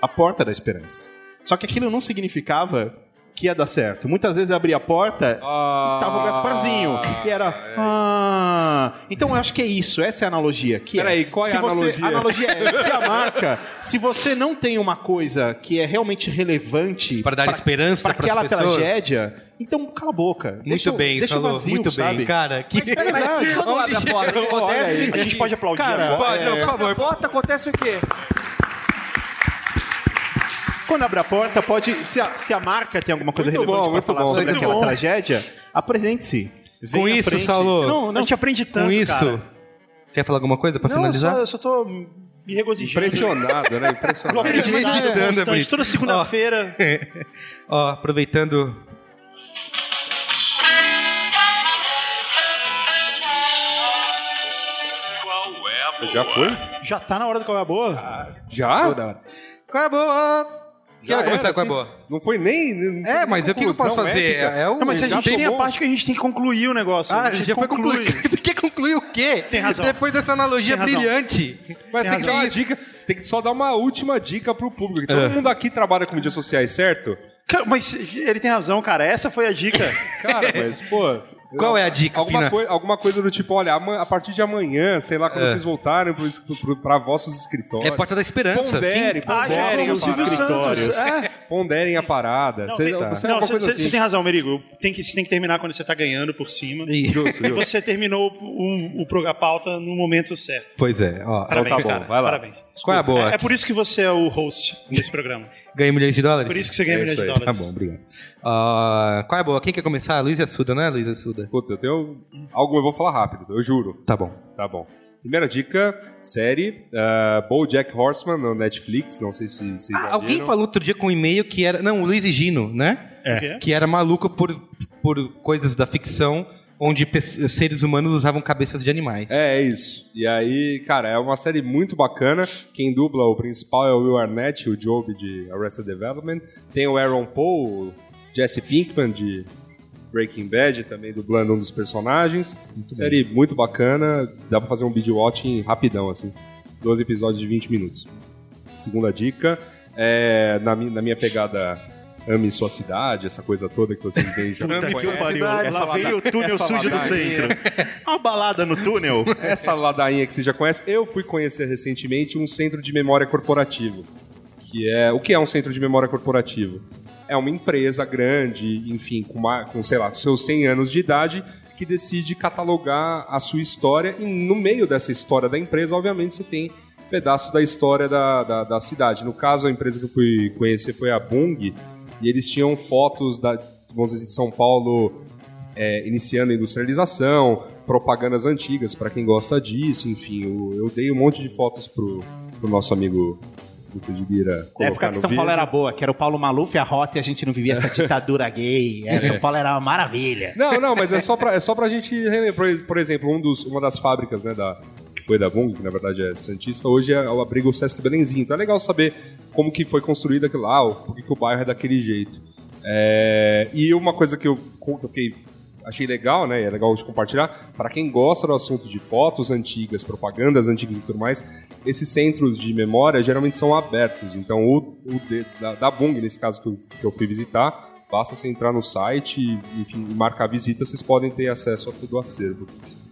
H: a porta da esperança. Só que aquilo não significava que ia dar certo. Muitas vezes eu abria a porta
D: Ah,
H: tava o Gasparzinho. E era. Ah. Então eu acho que é isso, essa é a analogia. Que
D: Peraí,
H: é,
D: qual é
H: se
D: a
H: você,
D: analogia?
H: A analogia é se a marca. Se você não tem uma coisa que é realmente relevante
A: Pra dar esperança
H: para
A: pras
H: aquela
A: pessoas.
H: tragédia, Então, cala a boca.
A: Muito
H: Deixa-
A: bem,
H: deixa
A: falou.
H: vazio,
A: muito
H: sabe?
A: bem, cara. Que
H: Mas, peraí, mas
A: Onde
H: quando abre a
A: chegou
H: porta,
A: o
H: olha
A: Odessa?
H: aí.
B: A gente pode aplaudir
A: Cara,
B: agora?
A: pode, não, por
J: Abre a
A: favor.
J: porta, acontece o quê?
H: Quando abre a porta, pode. Se a, se a marca tem alguma coisa
D: Muito
H: relevante
D: bom,
H: para
D: muito
H: falar
D: bom,
H: sobre
D: muito
H: aquela
D: bom.
H: tragédia, apresente-se. Vem
A: Com
H: à
A: isso,
H: frente.
A: Saulo,
H: Não,
B: A
H: não.
B: gente aprende tanto,
A: Com isso,
B: cara.
A: quer falar alguma coisa pra
B: Não,
A: finalizar?
B: só- eu só tô me regozijando.
D: Impressionado, né?
B: Do
D: Impressionado.
B: aprendizado
A: Gente, dando, é
B: constante.
A: bonito.
B: Toda segunda-feira.
A: Ó, aproveitando.
E: Qual é a boa?
D: Já foi?
B: Já tá na hora do qual é a boa?
A: Ah,
B: Ah!
D: Já?
A: da hora. Qual é a boa? Quem
D: Já
A: vai começar
D: era,
A: com a
D: assim?
A: boa?
D: Não foi nem. não foi
A: É,
D: nem
A: mas o que eu posso
D: conclusão
A: fazer?
D: épica.
A: É o.
B: Não, mas a
D: Já
B: gente tem a
D: tomou.
B: parte que a gente tem que concluir o negócio.
A: Ah,
B: a gente
A: já foi
B: conclui.
A: concluído. Quer concluir o quê?
B: Tem razão.
A: Depois dessa analogia
B: Tem razão.
A: brilhante.
B: Tem
D: Mas tem, que dar
B: razão.
D: uma dica. Tem que só dar uma última dica pro público.
A: É.
D: Todo mundo aqui trabalha com mídias sociais, certo?
B: Cara, Mas ele tem razão, cara. Essa foi a dica.
D: Cara, mas, pô.
A: Qual é a dica,
D: Alguma,
A: Fina?
D: coi- alguma coisa do tipo, olha, ama- a partir de amanhã, sei lá, quando vocês voltarem pro, es- pro, pra vossos
A: É
D: escritórios.
A: Porta da Esperança.
D: Ponderem,
B: Ah, já
D: ponderem,
B: como o
D: a
B: Silvio
D: parada.
B: Santos. É.
D: ponderem a parada.
B: Não,
D: Cê-
B: tem-
D: não,
B: não,
D: você
B: Você
D: é uma coisa
B: você-
D: assim.
B: você tem razão, Merigo. Tem que, você tem que terminar quando você tá ganhando por cima.
A: Fim.
B: E você terminou o, o programa pauta no momento certo.
A: Pois é, ó.
B: Parabéns,
D: tá bom,
B: cara.
D: vai lá.
B: Parabéns.
A: Qual é a boa?
B: É, é por isso que você é o host desse programa.
A: Ganhei milhões de dólares?
B: Por isso que você ganha
D: É isso
B: milhões de
D: aí.
B: dólares.
A: Tá bom, obrigado. Ah, qual é a boa? Quem quer começar? Luiz e Assuda, não é Luiz e Assuda?
D: Puta, eu tenho algo, eu vou falar rápido, eu juro.
A: Tá bom.
D: Tá bom. Primeira dica, série, uh, BoJack Horseman no Netflix, não sei se vocês já
A: Ah, alguém
D: viram.
A: falou outro dia com um e-mail que era. Não, o Luiz e Gino, né?
B: O quê?
A: Que era maluco por, por coisas da ficção onde pe- seres humanos usavam cabeças de animais.
D: É, é isso. E aí, cara, é uma série muito bacana. Quem dubla o principal é o Will Arnett, o Job de Arrested Development. Tem o Aaron Paul, o Jesse Pinkman de Breaking Bad, também dublando um dos personagens. série muito bacana. Dá pra fazer um binge watching rapidão, assim. 12 episódios de 20 minutos. Segunda dica, é, na, mi- na minha pegada Ame Sua Cidade, essa coisa toda que vocês bem já
H: Puta que
D: conhecem.
H: pariu.
D: Essa
H: Lá veio o túnel
D: essa
H: sujo do
D: ladainha.
H: centro. Uma balada no túnel.
D: Essa ladainha que você já conhece, eu fui conhecer recentemente um centro de memória corporativo. Que é, o que é um centro de memória corporativo? É uma empresa grande, enfim, com, uma- com, sei lá, seus 100 anos de idade, que decide catalogar a sua história. E no meio dessa história da empresa, obviamente, você tem pedaços da história da, da, da cidade. No caso, a empresa que eu fui conhecer foi a Bung, e eles tinham fotos da, vamos dizer, assim, de São Paulo é, iniciando a industrialização, propagandas antigas para quem gosta disso, enfim. Eu, eu dei um monte de fotos pro, pro nosso amigo Lucas de Lira
H: Na
D: colocar
H: época que
D: no
H: São Paulo
D: vídeo.
H: era boa, que era o Paulo Maluf, a rota e a gente não vivia essa ditadura gay. É, São Paulo era uma maravilha.
D: Não, não, mas é só pra, é só pra gente relembrar. Por- Por exemplo, um dos, uma das fábricas, né, da, que foi da Bung, que na verdade é Santista, hoje é, o abriga o Sesc Belenzinho. Então é legal saber como que foi construído aquilo lá, o- por que que o bairro é daquele jeito. É, e uma coisa que eu, co- que eu fiquei- achei legal, né, e é legal de compartilhar, para quem gosta do assunto de fotos antigas, propagandas antigas e tudo mais, esses centros de memória geralmente são abertos. Então o, o de- da, da Bung, nesse caso que eu, que eu fui visitar, Basta você entrar no site e enfim, marcar a visita, vocês podem ter acesso a todo o acervo.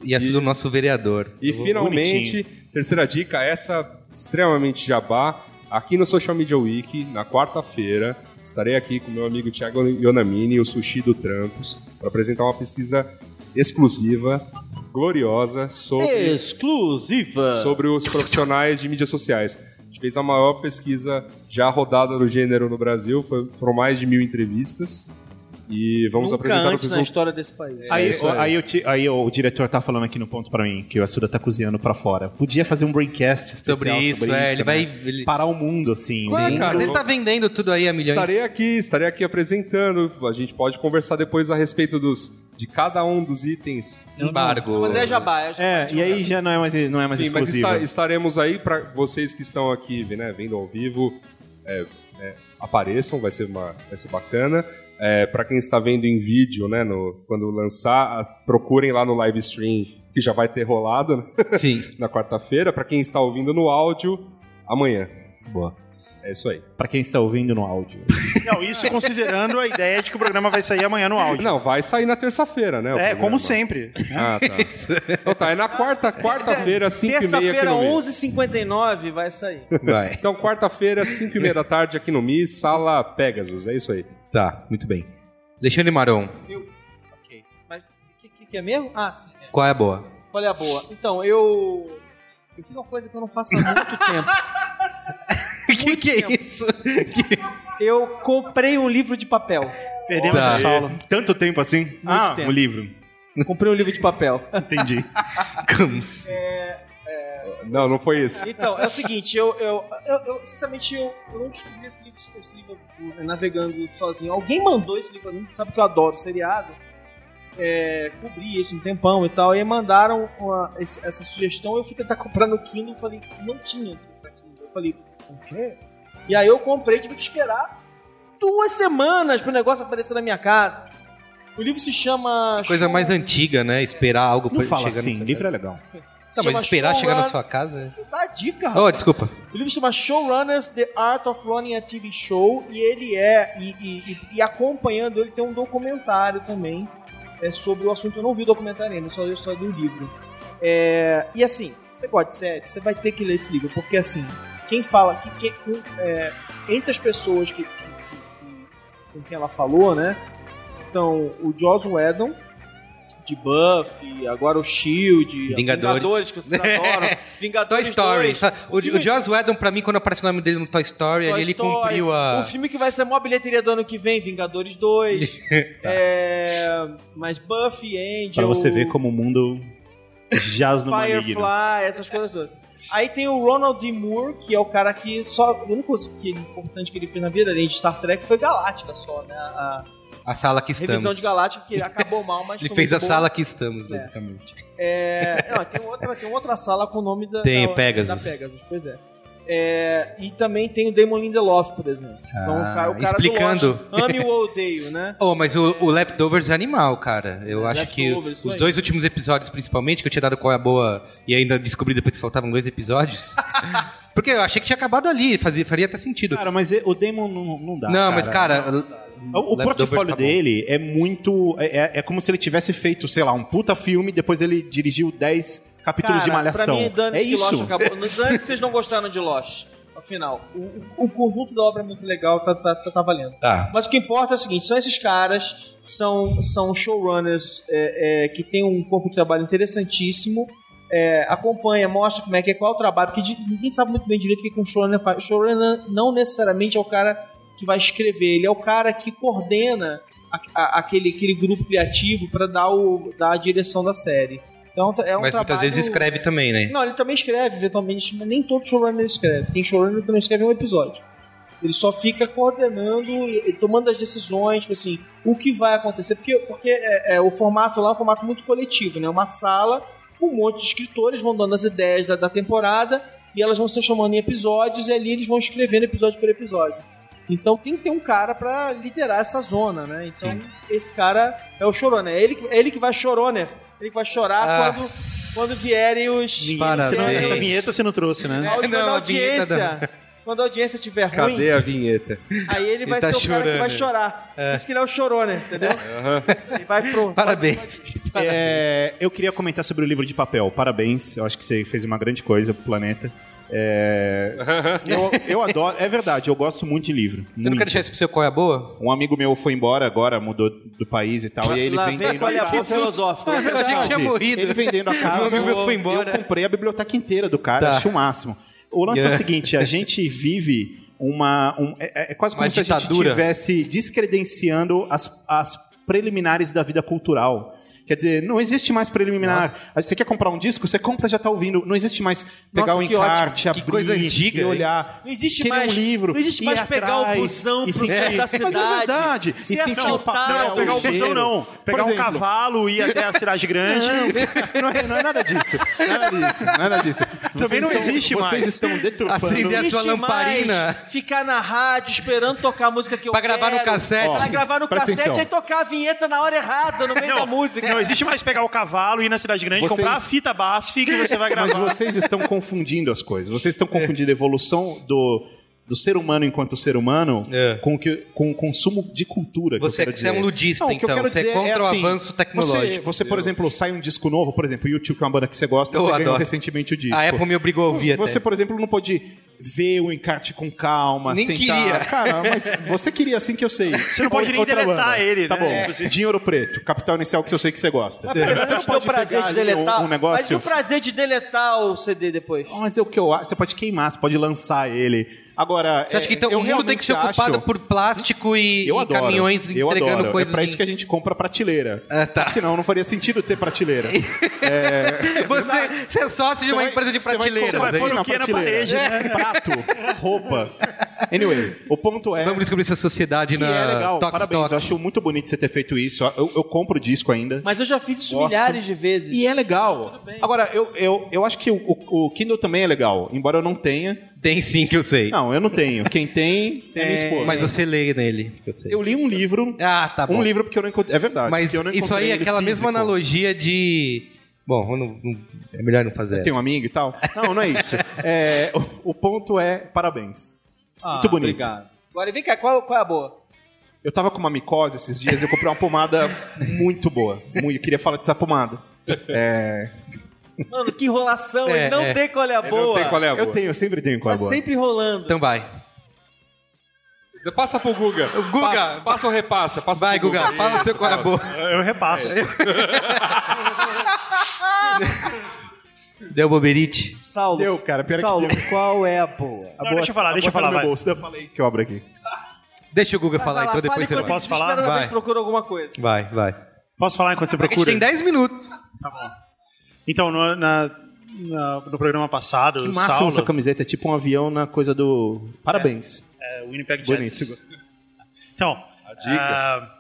A: E Assuda, o nosso vereador.
D: E finalmente, terceira dica, essa extremamente jabá, aqui no Social Media Week, na quarta-feira, estarei aqui com meu amigo Thiago Ionamini, o Sushi do Trampos, para apresentar uma pesquisa exclusiva, gloriosa, sobre
J: Exclusiva.
D: sobre os profissionais de mídias sociais. A gente fez a maior pesquisa já rodada do gênero no Brasil, foi- foram mais de mil entrevistas. E vamos
J: Nunca
D: apresentar um os
J: antes né, na
D: resultados.
J: história desse país.
A: É
H: Aí, aí, eu te- aí o diretor tá falando aqui no ponto pra mim que o Assuda tá cozinhando pra fora. Podia fazer um braincast especial
A: Sobre
H: sobre
A: isso, é, ele
H: né?
A: vai. Ele...
H: parar o mundo assim.
D: Claro,
H: né?
D: cara,
A: Mas ele
D: eu-
A: tá vendendo tudo aí a milhões.
D: Estarei aqui, estarei aqui apresentando. A gente pode conversar depois a respeito dos, de cada um dos itens.
A: Embargo.
J: Mas é jabá, é jabá.
H: É, e aí
A: né?
H: já não é mais, não é mais
D: Sim, mas
H: exclusivo.
D: esta- estaremos aí para vocês que estão aqui né, vendo ao vivo. é, é, apareçam, vai ser, uma, vai ser bacana. para quem está vendo em vídeo, né, no- quando lançar, a- procurem lá no live stream que já vai ter rolado né,
A: Sim.
D: na quarta-feira. Para quem está ouvindo no áudio, amanhã. Boa. É isso aí.
H: Pra quem está ouvindo no áudio.
B: Não, isso considerando a ideia de que o programa vai sair amanhã no áudio.
D: Não, vai sair na terça-feira, né? o
B: é,
D: programa.
B: como sempre.
D: Ah, tá. Então tá, é na quarta, quarta-feira, 5 e meia aqui
J: Terça-feira,
D: no MIS.
J: 11h59, vai sair.
A: Vai.
D: Então quarta-feira, 5 e meia da tarde aqui no MIS, sala Pegasus, é isso aí.
A: Tá, muito bem. Alexandre Maron,
C: Ok. Mas o que, que- que é mesmo? Ah, sim. é.
A: qual é a boa?
C: Qual é a boa? Então, eu. Eu fiz uma coisa que eu não faço há muito tempo.
A: O que, que é isso?
C: Eu comprei um livro de papel.
B: Perdemos
A: Tá.
B: o Saulo.
H: Tanto tempo assim? ah,
C: tempo.
H: o livro.
C: Comprei um livro de papel.
H: Entendi.
A: Camus.
D: Não, não foi isso.
C: Então, é o seguinte, eu, eu, eu, eu, sinceramente, eu, eu não descobri esse livro, esse livro eh, navegando sozinho. Alguém mandou esse livro pra mim, que sabe que eu adoro seriado. É, cobri isso um tempão e tal, e mandaram uma- esse- essa sugestão. Eu fui tentar comprar no Kindle, falei, não tinha pra Kindle. Eu falei, o quê? E aí eu comprei, tive que esperar duas semanas pro negócio aparecer na minha casa. O livro se chama.
A: Coisa
C: Show-
A: mais antiga, né? Esperar algo
H: Não
A: pra-
H: fala
A: chegar na
H: assim,
A: sua
H: livro é legal.
A: casa. Tá, mas
C: chama
A: esperar chegar na
C: Showrun-
A: sua casa... é-
C: Dá a dica, rapaz.
A: Oh, desculpa.
C: O livro chama Showrunners: The Art of Running a TV Show e ele é e, e- e- e acompanhando ele tem um documentário também é, sobre o assunto. Eu não vi o documentário ainda, só li a história do livro. É, e assim, você gosta de série, você vai ter que ler esse livro porque assim quem fala que, que- com- é, entre as pessoas que, que- que- com quem ela falou, né? Então o Joss Whedon de Buffy, agora o Shield,
A: Vingadores.
C: Vingadores que vocês adoram,
A: Toy
C: Vingadores
A: Story.
C: 2,
A: tá? O,
C: o filme-
A: o Joss Whedon, pra mim, quando aparece o nome dele no Toy Story,
C: Toy
A: ali ele
C: Story,
A: cumpriu a...
C: O Um filme que vai ser a maior bilheteria do ano que vem, Vingadores 2.
A: Tá.
C: é, mas Buffy, Angel.
H: Pra você
A: é
H: ver como o mundo jaz no
C: Firefly,
H: maligno.
C: essas coisas todas. Aí tem o Ronald D. Moore, que é o cara que só. O único que, é importante que ele fez na vida, além de Star Trek, foi Galáctica só, né? A
A: A sala que estamos.
C: revisão de Galáctica, que acabou mal, mas.
A: Ele
C: foi
A: fez a
C: muito boa.
A: sala que estamos, basicamente.
C: É, não, tem outra, tem outra sala com o nome da,
A: Tem,
C: da,
A: Pegasus.
C: da Pegasus, pois é. É, E também tem o Damon Lindelof, por exemplo. então, o
A: Ah,
C: cara, o cara
A: explicando.
C: do Lost, ame ou odeio, né?
A: Oh, mas o, o Leftovers é animal, cara. Eu
C: É,
A: acho que
C: Leftovers, isso
A: os
C: aí.
A: dois últimos episódios, principalmente, que eu tinha dado qual é a boa e ainda descobri depois que faltavam dois episódios. porque eu achei que tinha acabado ali, fazia, faria até sentido.
H: Cara, mas e- o Demon não, não dá.
A: não, mas, cara.
H: O, o
A: Leftovers
H: portfólio
A: tá bom.
H: dele é muito. É, é- é como se ele tivesse feito, sei lá, um puta filme, depois ele dirigiu 10 capítulos
C: Cara,
H: de malhação.
C: Pra mim, dane
H: é
C: que Lost
H: isso.
C: acabou. Não, dane vocês não gostaram de Lost. Afinal, o, o- o conjunto da obra é muito legal, tá, tá, tá, tá valendo.
A: Tá.
C: Mas o que importa é o seguinte: são esses caras, são, são showrunners é, é, que tem um corpo de trabalho interessantíssimo. é, acompanha, mostra como é que é, qual é o trabalho, porque de- ninguém sabe muito bem direito o que que um showrunner faz. O showrunner não necessariamente é o cara que vai escrever, ele é o cara que coordena a- a- aquele, aquele grupo criativo para dar, o- dar a direção da série. Então é um
A: mas muitas
C: trabalho-
A: vezes escreve também, né?
C: não, ele também escreve, eventualmente, mas nem todo showrunner escreve. Tem showrunner que não escreve um episódio. Ele só fica coordenando e e tomando as decisões, tipo assim, o que vai acontecer. Porque, porque é, é, o formato lá é um formato muito coletivo, né? Uma sala, com um monte de escritores vão dando as ideias da, da temporada e elas vão se transformando em episódios e ali eles vão escrevendo episódio por episódio. Então tem que ter um cara pra liderar essa zona, né? Então esse cara é o showrunner. É ele, que- é ele que vai showrunner. Ele que vai chorar
A: Ah,
C: quando quando vierem os.
A: Parabéns.
C: Você não-
A: Parabéns.
B: Essa vinheta você não trouxe, né?
C: Quando
A: Não,
C: a
A: a vinheta
C: audiência. Quando a audiência estiver ruim,
D: Cadê a vinheta?
C: aí ele vai
A: Ele tá
C: ser o cara que vai
A: chorando.
C: chorar. Por isso que ele é o chorone, entendeu? Ele vai pro.
A: Parabéns.
H: É, eu queria comentar sobre o livro de papel. Parabéns, eu acho que você fez uma grande coisa pro planeta. É, eu, eu adoro, é verdade, eu gosto muito de livro.
A: Você não
H: muito.
A: quer deixar isso pro seu qual é a boa?
H: Um amigo meu foi embora agora, mudou do país e tal, e aí ele
C: Lá
H: vendendo
C: vem qual é a
H: casa.
C: boa filosófica.
A: Mas eu achei que tinha morrido.
H: Ele vendendo a
A: Meu
H: casa.
A: amigo
H: eu,
A: foi embora.
H: eu comprei a biblioteca inteira do cara,
A: Tá.
H: achei o máximo. O lance é o
A: Yeah.
H: seguinte, a gente vive uma... um- é, é quase como
A: Uma
H: se a gente
A: ditadura.
H: estivesse descredenciando as, as preliminares da vida cultural. Quer dizer, não existe mais preliminar. Você quer comprar um disco? Você compra e já está ouvindo. Não existe mais pegar o
C: que ótimo.
H: encarte,
A: Que
H: abrir
A: coisa antiga,
H: e
A: hein?
H: olhar.
C: Não existe
H: Querer
C: mais.
H: um livro.
C: não existe
H: ir
C: mais pegar
H: atrás
C: o busão
H: e
C: pro centro
H: sentir-
C: da
H: Mas é
C: cidade.
H: verdade.
C: Se
H: E sentir o
C: assaltar,
H: papel,
B: Não, pegar o busão
H: cheiro.
B: não.
H: Por
B: Pegar um
H: exemplo,
B: cavalo e ir até a cidade grande.
H: não, é, não é nada disso. Nada disso. é Nada disso. Vocês
B: não
H: estão-
B: existe
H: vocês
B: mais.
H: estão deturpando.
A: Assim,
C: Não
A: E a sua
C: existe
A: lamparina?
C: mais ficar na rádio esperando tocar a música que eu
A: Pra gravar no
C: quero.
A: cassete.
C: Pra gravar no
H: Presta
C: cassete
H: atenção.
C: e tocar a vinheta na hora errada, no meio da
B: Não,
C: música.
B: não existe mais pegar o cavalo e ir na cidade grande,
H: Vocês-
B: comprar a fita BASF que você vai gravar.
H: Mas vocês estão confundindo as coisas. Vocês estão confundindo a evolução do, do ser humano enquanto ser humano
A: É.
H: com, o que, com o consumo de cultura. que eu
A: Você,
H: quero
A: você é um
H: dizer.
A: ludista,
H: Não, o que eu
A: então.
H: quero
A: Você
H: dizer
A: é contra o
H: assim,
A: avanço
H: Você,
A: tecnológico.
H: você, por exemplo, sai um disco é novo, ver o encarte com calma,
A: Nem
H: sentar.
A: queria.
H: Cara, mas você queria assim que eu sei.
B: Você não pode nem
H: Outra
B: deletar
H: banda.
B: ele,
H: Tá
B: né?
H: bom.
B: É.
H: Dinheiro Preto, capital inicial que eu sei que você gosta.
J: Mas pelo menos
H: Você
J: te deu
H: não
J: o
H: pode
J: prazer
H: pegar
J: de
H: ali
J: deletar.
H: um, um
J: Mas e
H: negócio.
J: o prazer de deletar o CD depois?
H: Mas é o que eu acho. Você pode queimar, você pode lançar ele. Agora.
A: Você acha que
H: é,
A: então
H: eu
A: o mundo tem
H: realmente
A: que ser
H: acho-
A: ocupado por plástico e,
H: eu
A: e
H: adoro,
A: caminhões
H: eu
A: entregando
H: adoro.
A: coisas?
H: É pra isso que a gente compra prateleira.
A: Ah, tá.
H: Senão não faria sentido ter prateleiras.
A: Você, você é sócio de uma
H: Você vai-
A: empresa de
H: você vai
A: prateleiras.
H: comprar
A: é
B: pôr
A: isso?
B: o
H: na
B: quê na
H: prateleira.
B: parede, né?
H: Prato, roupa. Anyway, o ponto é
A: Vamos descobrir essa sociedade
H: que
A: na
H: é legal.
A: Tox
H: Parabéns,
A: Tox.
H: eu acho muito bonito você ter feito isso. Eu, eu compro disco ainda.
J: Mas eu já fiz isso
H: Gosto.
J: milhares de vezes.
H: E é legal. Agora, eu, eu, eu acho que o, o- o Kindle também é legal, embora eu não tenha.
A: Tem sim que eu sei.
H: Não, eu não tenho. Quem tem, tem a minha esposa.
A: É, Mas você lê nele. Eu sei.
H: eu li um livro.
A: Ah, tá bom.
H: um livro porque eu não encontrei. É verdade.
A: Mas
H: porque eu não
A: isso aí
H: encontrei
A: é
H: ele
A: aquela mesma
H: físico.
A: analogia de. Bom, eu não- não- é melhor não fazer
H: Tem um
A: essa.
H: amigo e tal? Não, não é isso. É, o, o ponto é, parabéns.
C: Ah,
H: muito bonito.
J: Obrigado. Agora vem cá, qual, qual é a boa?
H: Eu tava com uma micose esses dias e eu comprei uma pomada muito boa. Muito, eu queria falar dessa pomada.
J: Mano, que enrolação,
A: É,
J: ele não
A: é.
J: tem qual é a
D: Eu
J: boa.
D: Não tem qual é a
H: Eu
D: boa.
H: tenho, eu sempre tenho com
J: Tá
H: a boa.
J: sempre enrolando.
A: Então vai.
D: Passa pro Guga.
A: O Guga.
D: Passa, passa ou repassa? Passa
A: Vai,
D: pro
A: Guga, fala
D: Isso,
A: seu qual é a boa.
B: Eu repasso.
H: É.
A: Deu boberite.
J: Saulo,
H: Deu, cara, pior
J: Saulo,
H: que deu.
J: qual é a boa?
H: A
B: Não, deixa eu falar,
H: a
B: deixa eu
H: boa
B: falar,
H: tá no
B: vai.
H: meu bolso, daí eu falei que eu abro aqui.
A: Deixa o Guga
J: Vai,
A: falar,
J: vai lá,
A: então depois você
J: fala
A: vai.
J: enquanto
B: Posso falar?
J: desesperadamente
A: Vai.
J: procura alguma coisa.
A: Vai, vai.
B: Posso falar enquanto você
A: A gente
B: procura?
A: tem
B: Tá
A: 10 minutos.
B: Então, no, na- na- no programa passado,
H: Que
B: o
H: massa
B: Saulo,
H: essa camiseta, é tipo um avião na coisa do... Parabéns.
B: é, o Winnipeg Jets.
H: Bonito. gostei.
B: Então, ah,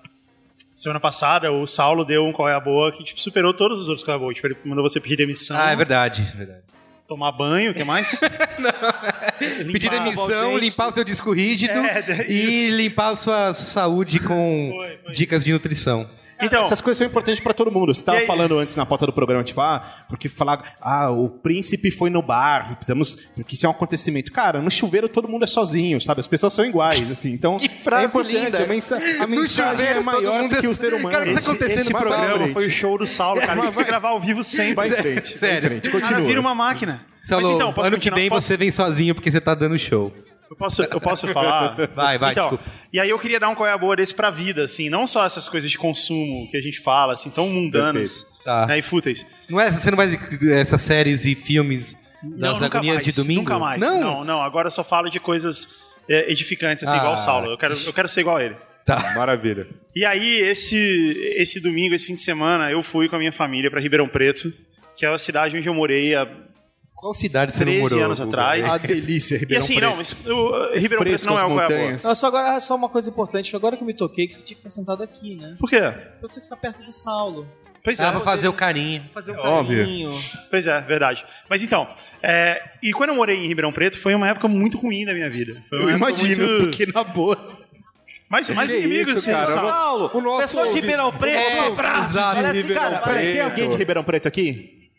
B: semana passada, o Saulo deu um qual é a boa que tipo, superou todos os outros qual é a boa. Tipo, ele mandou você pedir demissão,
A: Ah, é verdade. é verdade.
B: tomar banho, o que mais? Limpar-
A: é. Pedir demissão,
B: os dentes.
A: limpar o seu disco rígido
B: É, é
A: e limpar a sua saúde com
B: Foi, foi
A: dicas de nutrição.
B: Então,
H: Essas coisas são importantes pra todo mundo. Você tava
B: E aí-
H: falando antes na pauta do programa, tipo, ah, porque falar, ah, o príncipe foi no bar, precisamos, porque isso é um acontecimento. Cara, no chuveiro todo mundo é sozinho, sabe? As pessoas são iguais, assim. Então,
A: Que frase
H: é importante,
A: linda.
H: a, mensa a
A: No
H: mensagem
A: chuveiro
H: é
A: todo
H: maior
A: mundo
H: do que
A: é-
H: o ser humano.
A: Cara, o que tá
H: Esse-
A: acontecendo
H: esse
A: mais
H: programa
A: frente.
B: foi o show do Saulo,
A: É,
B: cara. Ele vai gravar ao vivo sempre.
H: Vai em frente, vai em
A: Sério.
H: frente.
B: Cara,
H: Continua.
B: Ah, vira uma máquina.
A: é. Saulo,
B: Mas então, posso
A: ano que
B: continuar?
A: vem
B: Posso-
A: você vem sozinho porque você tá dando show.
B: Eu posso, eu posso falar?
A: Vai, vai,
B: então,
A: desculpa.
B: E aí eu queria dar um qual é a boa desse pra vida, assim, não só essas coisas de consumo que a gente fala, assim, tão mundanos
A: Tá.
B: né, e fúteis.
A: Não é, você não vai essas séries e filmes das
B: nunca
A: agonias
B: mais,
A: de domingo?
B: Nunca mais. Não,
A: Não?
B: não, agora eu só falo de coisas é, edificantes, assim,
A: Ah.
B: igual o Saulo. Eu quero, eu quero ser igual a ele.
A: Tá.
D: Maravilha.
B: E aí, esse, esse domingo, esse fim de semana, eu fui com a minha família pra Ribeirão Preto, que é a cidade onde eu morei há
A: Qual cidade você não
B: 13
A: morou?
B: anos
A: Guga?
B: atrás.
H: A delícia,
B: E
H: Ribeirão
B: assim,
H: Preto.
B: não, mas o, uh, Ribeirão Preto
H: Fresco
B: não é
H: as
B: o Goiabó.
H: montanhas.
J: Não, só agora só uma coisa importante, que agora que eu me toquei, que você tinha que estar sentado aqui, né?
B: Por quê?
J: Pra você ficar perto do Saulo,
B: Pois é,
A: Ah, pra fazer o carinho.
J: fazer um
H: Óbvio.
J: carinho.
B: pois é, verdade. Mas então, é, e quando eu morei em Ribeirão Preto, foi uma época muito ruim da minha vida. Foi uma
H: Eu
B: época
H: imagino,
B: muito-
H: porque na boa.
B: Mais, mais
H: Que é
B: inimigos,
H: isso,
B: assim,
H: cara?
B: sabe?
J: Saulo,
D: o nosso
J: pessoal de
D: ouvido-
J: Ribeirão Preto, um abraço.
A: exato,
J: Olha assim,
D: Ribeirão
J: cara.
D: Preto.
H: Peraí, tem alguém de Ribeirão Preto aqui?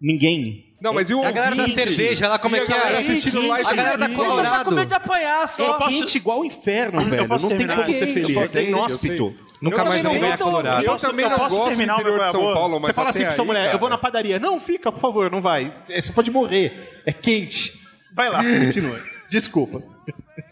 H: Ninguém.
D: Não, mas e o
A: A galera da
D: ouvinte?
A: cerveja lá, como
D: E
A: é
D: a
A: que é?
D: galera tá assistindo
H: Ouvinte.
D: live
A: A galera da
D: streaming?
J: Você
A: Colorado.
J: tá com medo de apanhar só.
H: É quente igual o inferno, velho. Não
B: posso
H: tem
B: terminar?
H: como ser
B: Eu
H: feliz.
D: posso
H: É
D: terminar?
H: inóspito.
A: Nunca
D: Eu
A: mais
D: também
A: vem
D: não
A: a
D: tô
A: Colorado.
D: Eu também não
B: posso
D: gosto do
B: terminar o
D: interior
B: meu
D: de São
B: amor?
D: Paulo, mas
H: você fala
D: até
H: assim pra sua
D: aí,
H: mulher,
D: cara.
H: eu vou na padaria. Não, fica, por favor, não vai. É, Você pode morrer. É quente. Vai lá, continua. Desculpa.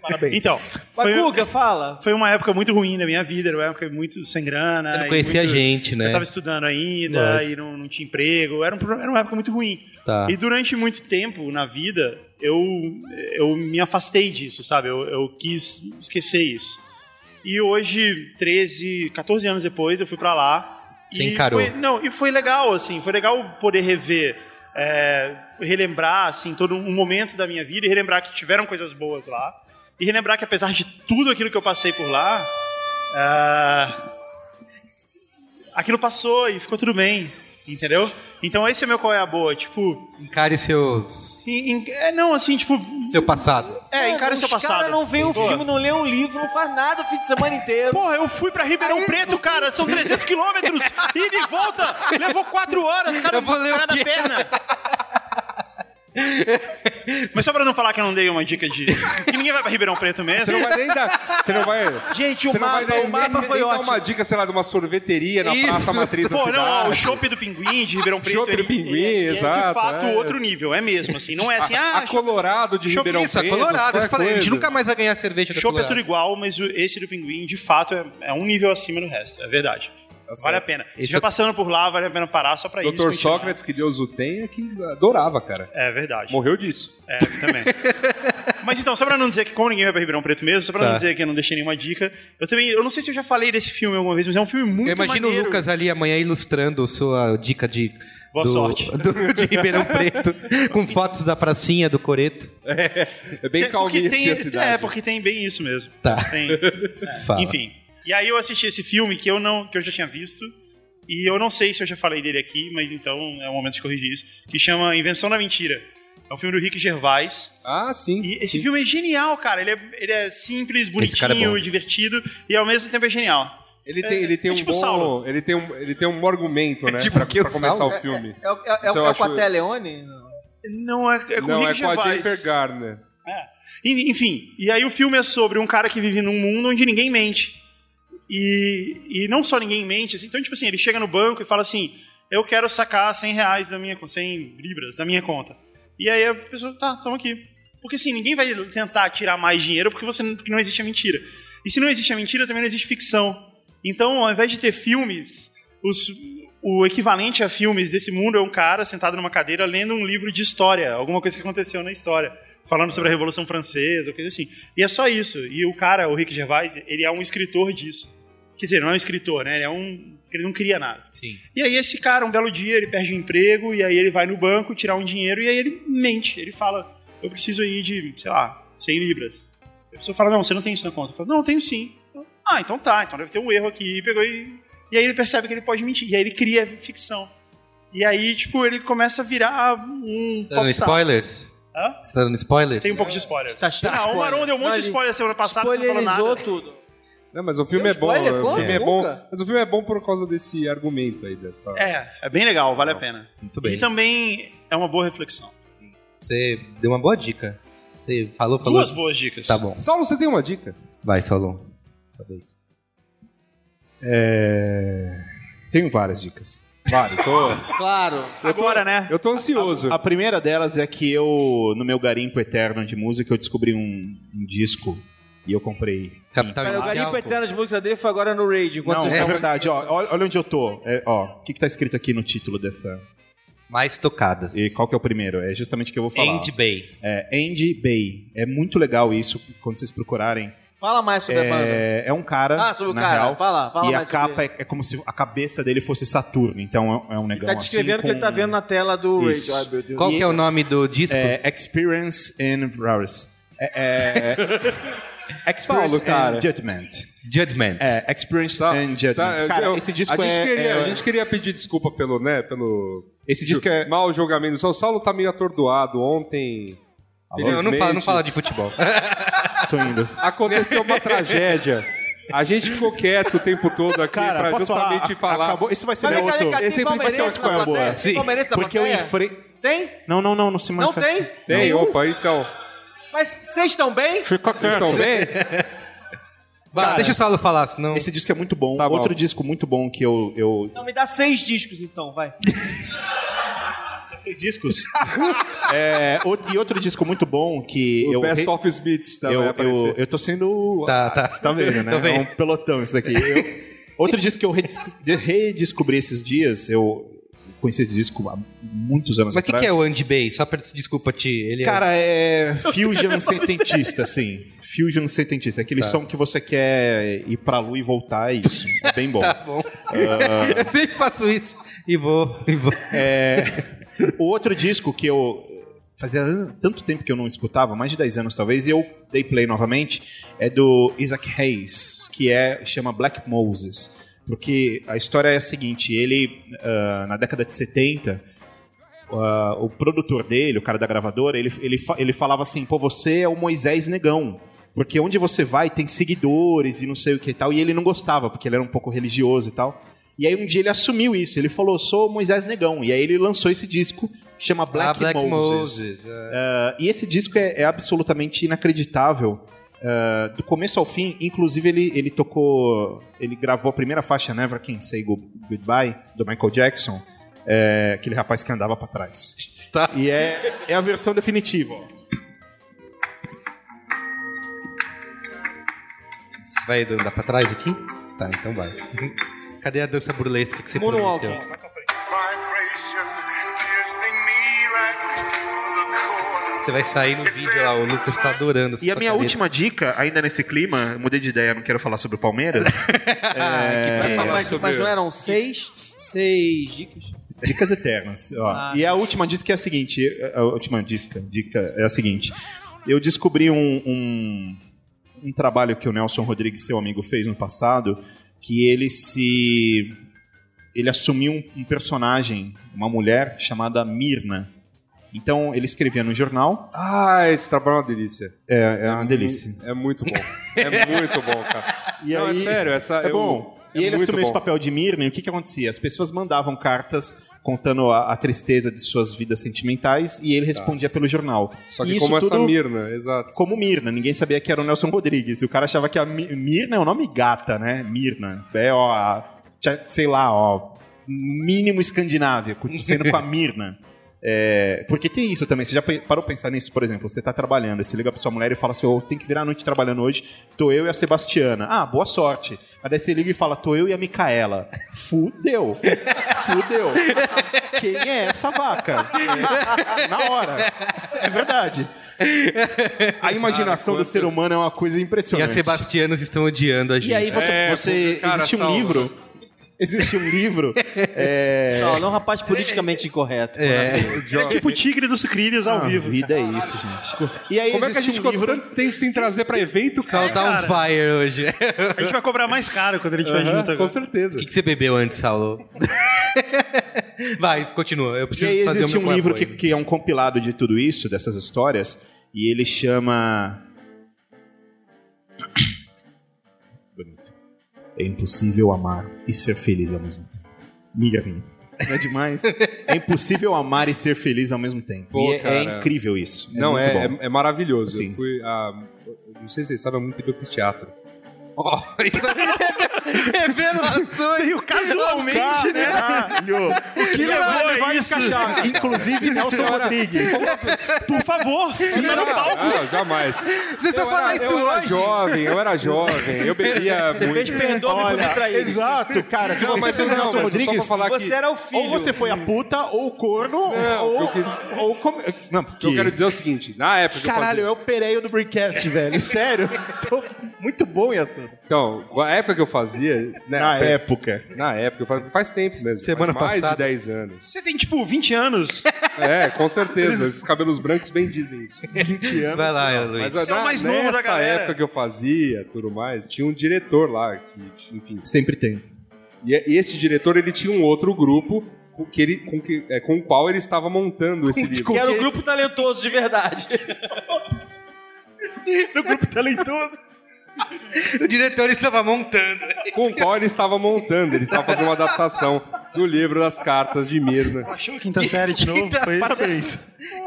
H: Parabéns.
B: Então,
J: Mas,
B: foi,
J: Guga, fala.
B: foi uma época muito ruim da minha vida, era uma época muito sem grana.
A: Eu não
B: e
A: conhecia
B: muito-
A: a gente, né?
B: Eu tava estudando ainda e não, não tinha emprego, era, um pro- era uma época muito ruim.
A: Tá.
B: E durante muito tempo na vida, eu, eu me afastei disso, sabe? Eu, eu quis esquecer isso. E hoje, 13, 14 anos depois, eu fui pra lá.
A: Você
B: e
A: encarou.
B: Foi, não, e foi legal, assim, foi legal poder rever, é, relembrar, assim, todo um momento da minha vida e relembrar que tiveram coisas boas lá. E relembrar que apesar de tudo aquilo que eu passei por lá, ah, aquilo passou e ficou tudo bem, entendeu? Então esse é meu qual é a boa, tipo,
A: Encare seus,
B: em- em- é, não, assim, tipo.
A: seu passado.
B: É,
J: Mano,
B: encara o seu
J: Os
B: passado.
J: caras não veem o
B: Boa.
J: filme, não lê um livro, não faz nada o fim de semana inteiro.
B: Porra, eu fui pra Ribeirão Preto, cara. São 300 quilômetros. Ida e volta. Levou 4 horas, cara.
A: Eu vou ler o
B: cada
A: quê?
B: perna. Mas só pra não falar que eu não dei uma dica de. que ninguém vai pra Ribeirão Preto
D: Você
B: mesmo.
D: não vai nem dar. Você não vai.
J: Gente, o
D: você não vai
J: mapa-
D: nem-
J: o mapa
D: nem- nem
J: foi
D: dar
J: ótimo.
D: uma dica, sei lá, de uma sorveteria na
A: Isso.
D: Praça Matriz da
B: Pô,
D: cidade.
B: não, ó, o chopp do pinguim de Ribeirão Preto.
D: Chopp do
B: ele-
D: pinguim,
B: ele é
D: exato,
B: De fato,
D: é.
B: outro nível, é mesmo, assim. Não é assim,
D: a,
B: ah,
D: a Colorado de Ribeirão
A: Isso, é
D: Preto.
A: colorado.
D: qualquer
A: Eu falei, a gente
D: coisa.
A: nunca mais vai ganhar cerveja da
B: chopp é
A: Colorado.
B: tudo igual, mas o- esse do pinguim, de fato, é, é um nível acima do resto, é verdade.
D: Tá
B: vale a pena. Se
A: Esse
B: estiver
A: é-
B: passando por lá, vale a pena parar só pra isso.
D: Dr.
B: continuar.
D: Sócrates, que Deus o tenha, que adorava, cara.
B: É verdade.
D: Morreu disso.
B: É, também. Mas então, só pra não dizer que como ninguém vai pra Ribeirão Preto mesmo, só pra não
A: Tá.
B: dizer que eu não deixei nenhuma dica, eu também, eu não sei se eu já falei desse filme alguma vez, mas é um filme muito
A: Eu imagino
B: maneiro.
A: o Lucas ali amanhã ilustrando sua dica de.
B: Boa
A: do-
B: sorte.
A: do- de Ribeirão Preto, com fotos da pracinha do Coreto.
D: É bem
B: Tem-
D: calminha
B: porque
D: assim
B: tem-
D: a cidade.
B: É, porque tem bem isso mesmo.
A: Tá.
B: Tem,
A: Fala.
B: enfim. E aí eu assisti esse filme que eu não, que eu já tinha visto, e eu não sei se eu já falei dele aqui, mas então é o momento de corrigir isso, que chama Invenção da Mentira. É um filme do Rick Gervais.
D: Ah, sim.
B: E esse filme é genial, cara. Ele é, ele é simples,
A: cara é
B: bonitinho,
A: bom.
B: divertido, e ao mesmo tempo é genial.
D: Ele tem, ele tem
B: é
D: um
B: tipo
D: bom-
B: Saulo.
D: Ele tem um, ele tem um argumento, né?
A: tipo
D: pra
A: que o
D: pra começar
A: Saulo.
D: o filme.
C: É, o- é, é,
D: Isso eu
C: o- é
D: acho-
C: o Paté Leone?
B: Não, é, é com o
D: Não,
B: Rick
D: é com
B: Gervais.
D: a Jennifer Garner.
B: En- Enfim, e aí o filme é sobre um cara que vive num mundo onde ninguém mente. E, e não só ninguém mente, assim, então, tipo assim, ele chega no banco e fala assim: Eu quero sacar 100 reais da minha, con- 100 libras da minha conta. E aí a pessoa, tá, toma aqui. Porque assim, ninguém vai tentar tirar mais dinheiro porque, você, porque não existe a mentira. E se não existe a mentira, também não existe ficção. Então, ao invés de ter filmes, os- o equivalente a filmes desse mundo é um cara sentado numa cadeira lendo um livro de história, alguma coisa que aconteceu na história, falando sobre a Revolução Francesa, coisa assim. E é só isso. E o cara, o Rick Gervais, ele é um escritor disso. Quer dizer, não é um escritor, né? Ele é um. Ele não cria nada.
A: Sim.
B: E aí esse cara, um belo dia, ele perde o emprego, e aí ele vai no banco tirar um dinheiro, e aí ele mente. Ele fala, eu preciso aí de, sei lá, 100 libras. E a pessoa fala, não, você não tem isso na conta. Eu falo, não, eu tenho sim. Ah, então tá, então deve ter um erro aqui. E pegou e... E aí ele percebe que ele pode mentir, e aí ele cria ficção. E aí, tipo, ele começa a virar um
A: Você tá dando
B: popstar.
A: spoilers?
B: Hã?
A: Você tá dando spoilers?
B: Tem um pouco de spoilers.
C: Tá cheio de
B: ah, o
C: spoiler.
B: Maron deu um monte de
C: Ele
B: spoiler semana passada, você não falou nada.
C: Spoilerizou tudo.
D: Não, mas o
C: Tem
D: filme é
C: um
D: bom.
C: spoiler
D: O
C: bom?
D: filme é bom.
C: Nunca.
D: Mas o filme é bom por causa desse argumento aí, dessa.
B: É, é bem legal, vale a pena.
A: Muito
B: E
A: bem.
H: Então-
B: também é uma boa reflexão.
A: Você deu uma boa dica. Você falou, falou.
B: Duas boas dicas.
A: Tá bom.
D: Saulo, você tem uma dica?
A: Vai, Solon. Sua vez.
H: É... Tenho várias dicas.
D: Várias. Tô,
C: Claro.
B: Agora, né?
D: eu tô ansioso.
H: A primeira delas é que eu, no meu garimpo eterno de música, eu descobri um, um disco e eu comprei.
A: Capital
C: Cara, o
A: Inicial.
C: garimpo é eterno de música dele foi agora no Raid. Enquanto
H: Não,
C: vocês
H: é
C: estavam-
H: verdade. Ó, olha olha onde eu tô. É, ó, o que, que tá escrito aqui no título dessa?
A: Mais tocadas.
H: E qual que é o primeiro? É justamente o que eu vou falar.
A: End Bay.
H: É, Andy Bay. É muito legal isso, quando vocês procurarem.
C: Fala mais sobre a banda.
H: É, é um cara,
C: Ah, sobre o
H: na
C: cara.
H: real,
C: Fala, fala
H: e a
C: mais sobre
H: capa é, é como se a cabeça dele fosse Saturno. Então é, é um
C: ele.
H: negão
C: Tá descrevendo o
H: assim,
C: que ele tá
H: com-
C: vendo na tela do Raid.
H: Isso.
C: Ai, meu Deus.
A: Qual
H: E-
A: que é o nome do disco?
H: É, experience and Rarest. É, é, experience
D: Paulo, cara.
H: and Judgment.
A: Judgment.
H: É, Experience
C: Tá,
D: Sa-
H: and Judgment.
D: sa- eu-
H: cara,
D: eu-
H: esse disco
D: a gente
H: é,
D: queria,
H: é-
D: A gente queria pedir desculpa pelo, né, pelo...
H: Esse disco é...
D: Mal julgamento. O Saulo tá meio atordoado ontem.
A: Não, não,
D: felizmente.
A: fala, não fala de futebol.
H: Tô indo.
D: Aconteceu uma tragédia. A gente ficou quieto o tempo todo aqui
H: Cara,
D: pra
H: posso
D: justamente falar.
H: Acabou. Isso vai ser
C: Mas
H: meu
C: vem cá,
H: outro...
C: vem cá,
D: Esse
C: tem
D: vai ser
C: palmeirense
H: uma
C: na
H: escolha boa.
C: plateia? Tem
A: Sim.
C: palmeirense na
H: Porque eu
C: plateia?
H: enfrei...
C: Tem?
H: Não, não, não, não se
C: Não
H: manifesta.
C: tem?
D: Tem,
C: Nenhum?
D: opa, então.
C: Mas vocês estão bem?
D: Ficou Vocês estão bem?
A: Bah,
H: Cara,
A: deixa o Saulo falar, senão...
H: Esse disco é muito bom.
D: Tá bom.
H: outro disco muito bom que eu... eu...
C: Então me dá seis discos então, vai.
H: Esses discos? é, outro- e outro disco muito bom que
D: O
H: eu...
D: Best
H: re-
D: of Beats também
H: eu,
D: vai
H: eu,
D: aparecer.
H: eu tô sendo.
A: Tá,
H: Ah,
A: tá.
H: Você tá vendo, né?
A: Tô vendo.
H: É um pelotão isso daqui. Eu- Outro disco que eu redesc- de- redescobri esses dias, eu conheci esse disco há muitos anos
A: Mas o que,
H: atrás.
A: que é o Andy Bay? Só pra... Desculpa, Ti. Ele é-
H: Cara, é fusion setentista, assim. Fusion setentista. Aquele som que você quer ir pra lua e voltar, é isso. É bem bom.
A: Tá bom.
H: Ah.
A: Eu sempre faço isso. E vou, e vou.
H: O outro disco que eu. Fazia an- tanto tempo que eu não escutava, mais de 10 anos talvez, e eu dei play novamente, é do Isaac Hayes, que é chama Black Moses. Porque a história é a seguinte: ele, ah, na década de 70, ah, o produtor dele, o cara da gravadora, ele, ele, fa- ele falava assim: pô, você é o Moisés Negão. Porque onde você vai tem seguidores e não sei o que e tal. E ele não gostava, porque ele era um pouco religioso e tal. E aí um dia ele assumiu isso, ele falou, sou Moisés Negão. E aí ele lançou esse disco que chama Ah, Black, Moses.
A: Ah, é.
H: Ah, e esse disco é, é absolutamente inacreditável. ah, do começo ao fim, inclusive ele, ele tocou. Ele gravou a primeira faixa Never Can Say Go- Goodbye, do Michael Jackson, é, aquele rapaz que andava pra trás.
A: Tá.
H: E é, é a versão definitiva. ó.
A: Você vai andar pra trás aqui? Tá, então vai. Uhum. Cadê a dança burlesca que você
C: um
J: Moonwalking.
A: prometeu? Você vai sair no vídeo lá, o Lucas tá adorando essa
H: E a
A: sua
H: minha
A: careta.
H: última dica, ainda nesse clima, eu mudei de ideia, não quero falar sobre o Palmeiras. Ah,
A: Vai falar
J: mas,
A: sobre-
J: mas não é- eram seis, seis dicas?
H: Dicas eternas. ó.
J: Ah.
H: e a última disca é a seguinte: a última disca, dica é a seguinte. Eu descobri um, um, um trabalho que o Nelson Rodrigues, seu amigo, fez no passado, que ele se. Ele assumiu um, um personagem, uma mulher chamada Mirna. Então ele escrevia no jornal,
D: Ah, esse trabalho é uma delícia.
H: é, é uma delícia.
D: É muito bom. É muito bom, cara.
H: E
D: Não,
H: aí-
D: é sério, essa.
H: É
D: eu-
H: bom.
D: é
H: e ele
D: muito
H: assumiu esse
D: bom.
H: papel de Mirna e o que, que acontecia? As pessoas mandavam cartas contando a, a tristeza de suas vidas sentimentais e ele respondia pelo jornal.
D: Tá. Só
H: E
D: que
H: isso
D: como essa
H: tudo-
D: Mirna, exato.
H: Como Mirna, ninguém sabia que era o Nelson Rodrigues. E o cara achava que a Mi- Mirna é o nome gata, né? Mirna. É, ó, a- tcha- sei lá, ó, mínimo escandinávico, sendo com a Mirna. É, porque tem isso também, você já pe- parou pra pensar nisso? Por exemplo, você tá trabalhando, aí você liga pra sua mulher e fala assim: eu tenho que virar a noite trabalhando hoje, tô eu e a Sebastiana. Ah, boa sorte. Aí daí você liga e fala: tô eu e a Micaela. Fudeu. Fudeu. Quem é essa vaca? Na hora. É verdade. A imaginação do ser humano é uma coisa
A: E as
H: impressionante.
A: Sebastianas estão odiando a gente.
H: E aí você,
D: É,
H: você
D: cara,
H: existe um
D: salva.
H: livro, existe um livro é,
J: Não, não, rapaz politicamente incorreto.
A: É,
B: Ele é tipo o tigre dos sucrilhos
A: Ah,
B: ao
H: A
B: vivo.
H: vida é isso, gente. E aí
D: Como é que
H: existe
D: a gente
H: um
D: ficou
H: livro.
D: tanto tempo sem trazer pra evento,
A: só
H: é,
D: cara?
A: tá um fire hoje.
B: A gente vai cobrar mais caro quando a gente vai
D: Aham,
B: junto é
D: com
B: agora.
D: certeza.
A: O que, que você bebeu antes, Saulo? Vai, continua. Eu
H: E
A: preciso
H: aí
A: fazer
H: existe
A: o
H: um
A: meu
H: livro que,
A: apoio.
H: que é um compilado de tudo isso, dessas histórias, e ele chama. Bonito. É impossível amar e ser feliz ao mesmo tempo. Mirna. Não é demais? é impossível amar e ser feliz ao mesmo tempo.
D: Pô,
H: e é- é,
D: cara.
H: incrível isso. É
D: não,
H: muito
D: é,
H: bom.
D: é, é maravilhoso.
H: Assim.
D: Eu fui. ah, não sei se vocês sabem, há muito tempo eu fiz teatro.
A: Ó, isso é revelações.
B: Casualmente, né?
H: O que
B: levou
H: ele
B: a
H: vai
B: isso?
H: encaixar. Inclusive Nelson
D: Cara,
H: Rodrigues.
B: Por favor, fica no palco.
D: Ah, jamais. Vocês
A: estão falando isso
D: eu era
A: hoje?
D: jovem, eu era jovem, eu bebia
J: Você
D: muito.
J: fez perdão por me trair.
H: Exato, cara. Se
D: Não,
H: você
D: mas
H: fez
D: não,
H: Nelson
D: mas só pra
H: Rodrigues,
D: falar que-
J: Você era o filho.
H: ou você foi a puta, ou o corno,
D: Não,
H: ou.
D: eu quis-
H: ou como- Não,
D: O
H: porque.
D: que eu quero dizer é o seguinte, na época que eu fazia...
H: Caralho, é o Pereio do Breakcast, velho. Sério. Tô muito bom em assunto.
D: Então, na época que eu fazia... Né,
H: Na época.
D: Na época, eu falo- faz tempo mesmo.
A: Semana
D: faz mais
A: passada.
D: de 10 anos.
B: Você tem, tipo, 20 anos.
D: É, com certeza. Esses cabelos brancos bem dizem isso.
H: 20 anos.
A: Vai lá, Luiz.
D: Mas ó,
B: Você é o
D: na-
B: mais novo da
D: nessa
B: galera.
D: época que eu fazia, tudo mais, tinha um diretor lá, que, enfim,
H: Sempre tem.
D: E e esse diretor ele tinha um outro grupo com, que ele, com, que, é, com o qual ele estava montando esse livro.
J: Que era o grupo talentoso de verdade.
H: No grupo talentoso.
A: O diretor estava montando.
D: Com o qual ele estava montando. Ele estava fazendo uma adaptação do livro das cartas de Mirna.
B: Achou a quinta série de novo? Foi isso?
H: Parabéns.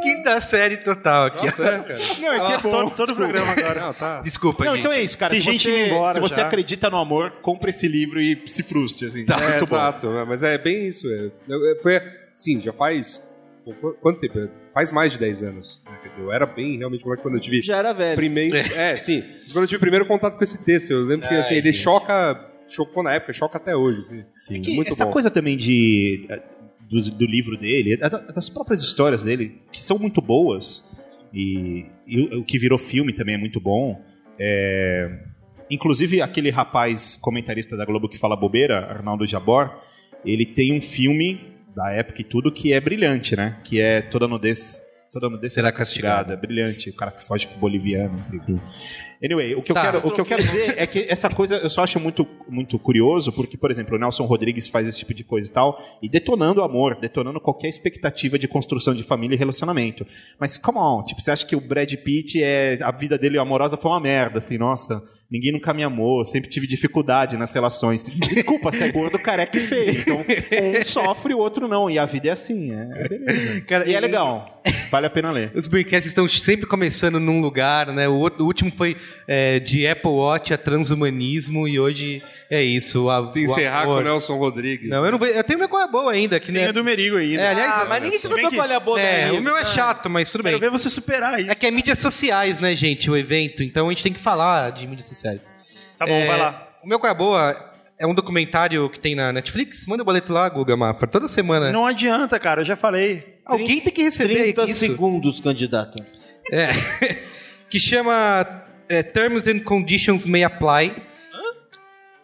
A: Quinta série total aqui.
D: Nossa, é, cara.
H: Não, é que é bom.
B: Todo, todo o programa agora.
D: Não, tá.
A: Desculpa,
H: Não,
A: gente.
H: então é isso, cara.
B: Tem
H: se
B: gente
H: você,
B: indo embora
H: se você
B: já.
H: acredita no amor, compra esse livro e se frustre, assim.
D: É,
H: muito bom.
D: exato. né? Mas é bem isso. é. Eu- eu- Foi, sim, já faz... pô, qu- Quanto tempo? Faz mais de 10 anos. né? Quer dizer, eu era bem realmente moleque quando eu tive...
J: Já era velho.
D: Primeiro, é, sim. Mas quando eu tive o primeiro contato com esse texto, eu lembro que assim, ele choca... Chocou na época, choca até hoje. Assim.
H: É que
D: Muito
H: essa
D: bom.
H: coisa também de é, do, do livro dele, é da- das próprias histórias dele, que são muito boas, e, e o, o que virou filme também é muito bom. É, inclusive, aquele rapaz comentarista da Globo que fala bobeira, Arnaldo Jabor, ele tem um filme da época e tudo que é brilhante, né? Que é Toda Nudez. Toda nudez
A: Será
H: castigada, É brilhante, o cara que foge com o boliviano. enfim. Anyway, o que,
A: Tá,
H: eu quero, o que eu quero dizer é que essa coisa eu só acho muito, muito curioso, porque, por exemplo, o Nelson Rodrigues faz esse tipo de coisa e tal, e detonando o amor, detonando qualquer expectativa de construção de família e relacionamento. Mas, come on, tipo, você acha que o Brad Pitt é. A vida dele amorosa foi uma merda, assim, nossa. Ninguém nunca me amou, sempre tive dificuldade nas relações. Desculpa, você é gordo, careca e feio. Então, um sofre, o outro não. E a vida é assim, é, é beleza.
A: Cara,
H: e é
A: eu-
H: legal, vale a pena ler.
A: Os Braincast estão sempre começando num lugar, né? O, outro- o último foi é, de Apple Watch a transhumanismo e hoje é isso. A,
D: Tem que né?
A: o
D: encerrar com o
A: amor.
D: Nelson Rodrigues.
A: Não, eu não vou. Eu tenho minha coisa boa ainda, que
B: Tem a
A: né?
B: do Merigo aí.
A: É,
B: né?
A: aliás,
J: Ah, mas ninguém se
B: Se bem
J: botou
B: que-
J: com a olha boa
A: é,
C: né?
J: aí.
A: o meu é chato, mas tudo bem.
B: Quero ver você superar isso.
A: É que é mídias sociais, né, gente? O evento. Então a gente tem que falar de mídias sociais.
B: Tá bom,
A: É,
B: vai lá.
A: O meu Coia Boa é um documentário que tem na Netflix. Manda o boleto lá, Guga Mafra. Toda semana.
B: Não adianta, cara, eu já falei.
A: Alguém tem que receber
C: 30
A: é isso.
J: segundos, candidato.
A: que chama é, Terms and Conditions May Apply.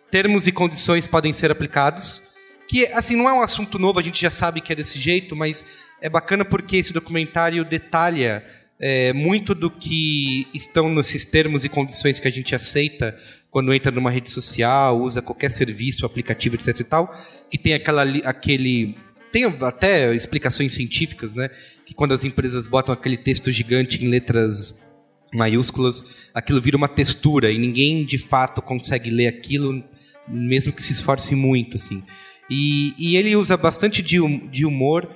A: Termos e condições podem ser aplicados. Que, assim, não é um assunto novo, a gente já sabe que é desse jeito, mas é bacana porque esse documentário detalha é, muito do que estão nesses termos e condições que a gente aceita quando entra numa rede social, usa qualquer serviço, aplicativo, etc e tal, que tem aquela, li- aquele... Tem até explicações científicas, né? Que quando as empresas botam aquele texto gigante em letras maiúsculas, aquilo vira uma textura e ninguém de fato consegue ler aquilo, mesmo que se esforce muito, assim. E, e ele usa bastante de, hum- de humor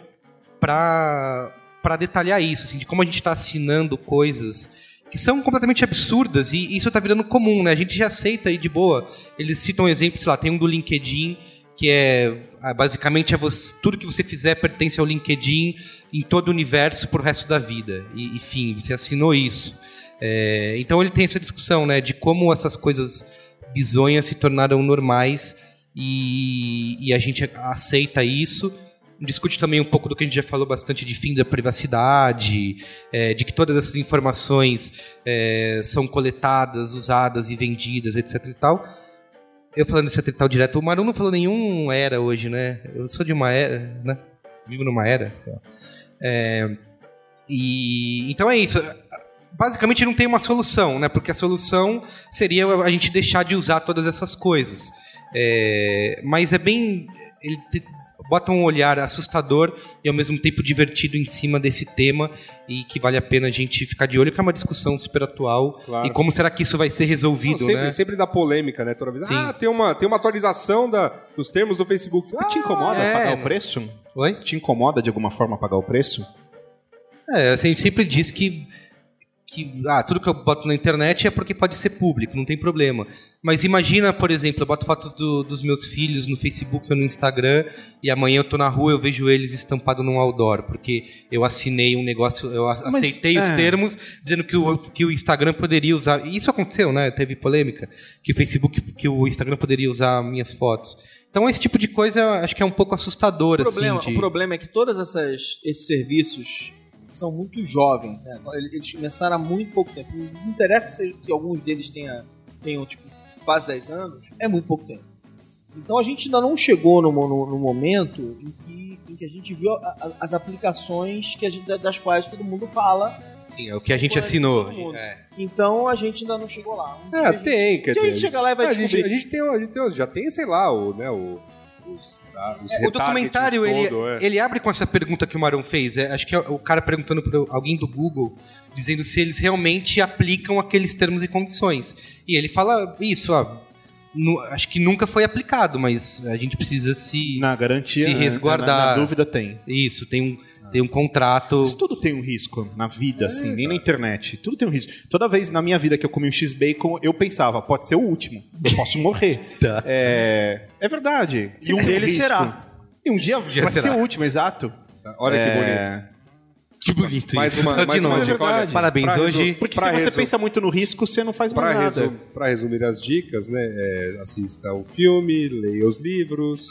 A: para para detalhar isso, assim, de como a gente está assinando coisas que são completamente absurdas e isso está virando comum, né? A gente já aceita aí de boa. Eles citam exemplos, sei lá, tem um do LinkedIn que é ah, basicamente é você- tudo que você fizer pertence ao LinkedIn em todo o universo pro resto da vida. E, enfim, você assinou isso. É, então ele tem essa discussão, né, de como essas coisas bizonhas se tornaram normais e, e a gente aceita isso. Discute também um pouco do que a gente já falou bastante de fim da privacidade, é, de que todas essas informações é, são coletadas, usadas e vendidas, etc e tal. Eu falando esse e tal direto, o Maru não falou nenhum era hoje, né? Eu sou de uma era, né? Vivo numa era. É, e então é isso. Basicamente não tem uma solução, né? Porque a solução seria a gente deixar de usar todas essas coisas. É, mas é bem. Ele te- bota um olhar assustador e ao mesmo tempo divertido em cima desse tema e que vale a pena a gente ficar de olho, que é uma discussão super atual.
D: Claro.
A: E como será que isso vai ser
D: Não,
A: resolvido,
D: sempre,
A: né?
D: sempre dá polêmica, né? Toda vez.
A: Sim.
D: Ah, tem uma, tem uma atualização da, dos termos do Facebook. Ah,
H: Te incomoda
A: é.
H: pagar o preço?
A: Oi?
H: Te incomoda de alguma forma pagar o preço?
A: É, assim, a gente sempre diz que, que ah, tudo que eu boto na internet é porque pode ser público, não tem problema. Mas imagina, por exemplo, eu boto fotos do- dos meus filhos no Facebook ou no Instagram e amanhã eu tô na rua eu vejo eles estampados num outdoor, porque eu assinei um negócio, eu a-
H: Mas,
A: aceitei os
H: é.
A: termos dizendo que o, que o Instagram poderia usar. E isso aconteceu, né? Teve polêmica. Que o Facebook, que o Instagram poderia usar minhas fotos. Então esse tipo de coisa acho que é um pouco
J: O
A: assustador,
J: problema,
A: assim.
J: o
A: de-
J: problema é que todos esses serviços são muito jovens. né? Eles começaram há muito pouco tempo. Não interessa se- que alguns deles tenha- tenham tipo, quase 10 anos, é muito pouco tempo. Então a gente ainda não chegou no, mo- no- no momento em que, em que a gente viu a- a- as aplicações que a gente- das quais todo mundo fala.
A: Sim, é o que a gente
J: Todo
A: assinou. É.
J: mundo. Então a gente ainda não chegou lá. Um dia
D: Ah,
J: a gente-
D: tem, quer
J: um dia a
D: dizer.
J: gente chega lá e vai
D: a, gente,
J: descobrir.
D: a gente tem, a gente tem- já tem, sei lá, o, né, o, os, tá, os
A: É, o documentário,
D: retargetings
A: ele,
D: todo, é.
A: ele abre com essa pergunta que o Marão fez. é, acho que é o cara perguntando para alguém do Google, dizendo se eles realmente aplicam aqueles termos e condições. E ele fala isso, ó. nu- acho que nunca foi aplicado, mas a gente precisa se.
H: Na garantia,
A: Se
H: né?
A: resguardar.
H: Na, na dúvida tem.
A: Isso, tem um, tem um contrato.
H: Mas tudo tem um risco na vida, assim, nem na internet. Tudo tem um risco. Toda vez na minha vida que eu comi um X-Bacon, eu pensava, pode ser o último. Eu posso morrer. É, é verdade.
B: E um deles
H: risco.
B: será.
H: E um dia,
A: dia
H: vai
A: será.
H: ser o último, exato.
D: Olha que bonito.
H: É,
A: Que bonito
D: Mais
A: isso.
D: uma-
A: Tá De
D: mais uma
A: novo.
H: é
D: dica, olha,
H: verdade.
A: Parabéns,
D: pra
A: hoje-
D: resol-
H: Porque
D: pra
H: se você
D: resol-
H: pensa muito no risco, você não faz mais
D: Para
H: nada.
D: resumir as dicas, né? é, assista o filme, leia os livros,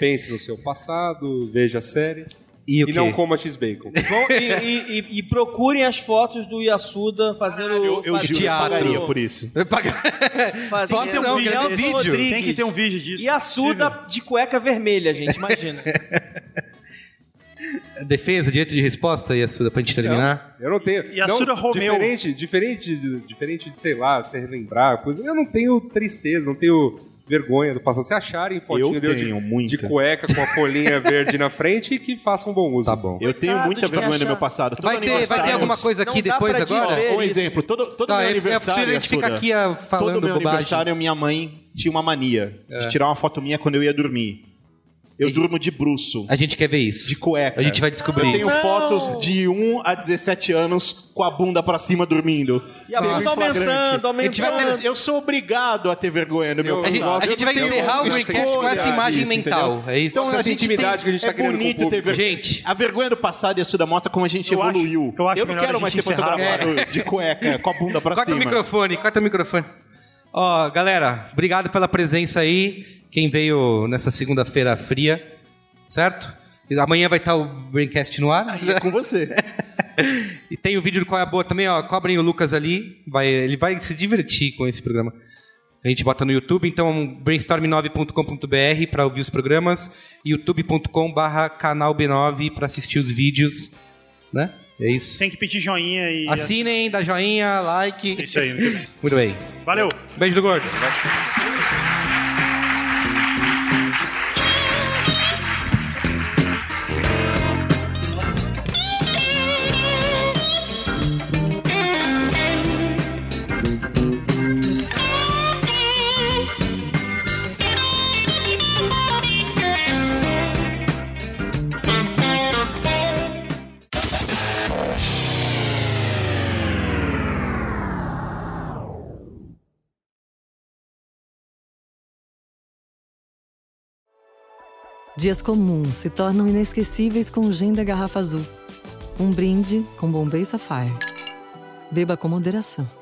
D: pense no seu passado, veja séries
A: E o
D: não
A: quê?
D: coma X-Bacon.
J: Vão- e, e- e- e procurem as fotos do Yasuda fazendo.
H: Eu, eu
J: fazendo
H: juro, eu
A: teatro.
H: pagaria por isso.
A: Vai pagar.
J: Fazendo
A: Bota um vídeo
J: Nelson
A: desse.
J: Rodrigues.
B: Tem que ter um vídeo disso.
J: E a Suda de cueca vermelha, gente, imagina.
A: Defesa, direito de resposta, e a Suda, pra gente terminar.
D: Eu não tenho.
B: E a
D: não,
B: Sura Romeu?
D: Diferente, diferente, de- diferente de, sei lá, se relembrar, coisa. Eu não tenho tristeza, não tenho vergonha do passado. Se acharem fotinho
H: Eu
D: dele
H: tenho
D: de,
H: muita.
D: de cueca com a folhinha verde na frente e que façam bom uso.
H: Tá bom. Eu tenho
J: Coitado
H: muita
J: de
H: vergonha
J: achar.
H: no meu passado. Todo
A: Vai ter, vai ter
H: aniversário-
A: alguma coisa aqui
J: Não dá
A: depois
J: pra
A: agora?
J: dizer.
H: Ó, um
J: isso.
H: exemplo. Todo, todo
A: Tá,
H: meu
A: é- é
H: aniversário.
A: possível a gente
H: Assuda,
A: ficar aqui, ah, falando
H: Todo meu
A: bobagem. É.
H: aniversário, minha mãe tinha uma mania de tirar uma foto minha quando eu ia dormir. Eu durmo de bruço,
A: A gente quer ver isso.
H: de cueca.
A: A gente vai descobrir
H: Eu tenho
A: isso.
H: fotos de 1 a 17 anos com a bunda pra cima dormindo.
J: E a bunda
H: Pego
B: é
H: em flagrante.
J: aumentando,
A: A gente vai
J: aumentando.
A: ter-
H: Eu sou obrigado a ter vergonha do meu
D: Eu-
H: passado.
A: A gente,
D: Eu
A: a gente vai
D: tenho
H: um
A: encerrar o
D: escolha
A: Dreamcast com essa imagem
H: disso,
A: mental.
H: entendeu?
A: É isso.
H: Então,
D: Essa
H: a gente
D: intimidade
H: tem,
D: que a gente tá
H: é
D: criando com o
H: bonito ter
D: público.
H: vergonha.
A: Gente.
H: A vergonha do passado e a Suda mostra como a gente
B: Eu acho-
H: evoluiu.
B: eu acho
H: não
B: melhor
H: quero
B: a
H: mais ser
B: gente encerrar
H: fotografado de cueca, com a bunda pra
A: Corta o
H: cima.
A: microfone, corta o microfone. Ó, galera, obrigado pela presença aí. Quem veio nessa segunda-feira fria, certo? E Amanhã vai estar o Braincast no ar.
H: E é com você.
A: E tem o vídeo do Qual é a Boa também, ó. Cobrem o Lucas ali. Vai, ele vai se divertir com esse programa. A gente bota no YouTube, então brainstorm9.com.br para ouvir os programas, youtube.com barra canal B9 para assistir os vídeos, né? É isso.
B: Tem que pedir joinha e. é
A: Assinem, dá joinha, like.
B: Isso aí, muito bem.
A: Muito bem.
B: Valeu!
A: Beijo do gordo.
I: Dias comuns se tornam inesquecíveis com o gin da garrafa azul. Um brinde com Bombay Sapphire. Beba com moderação.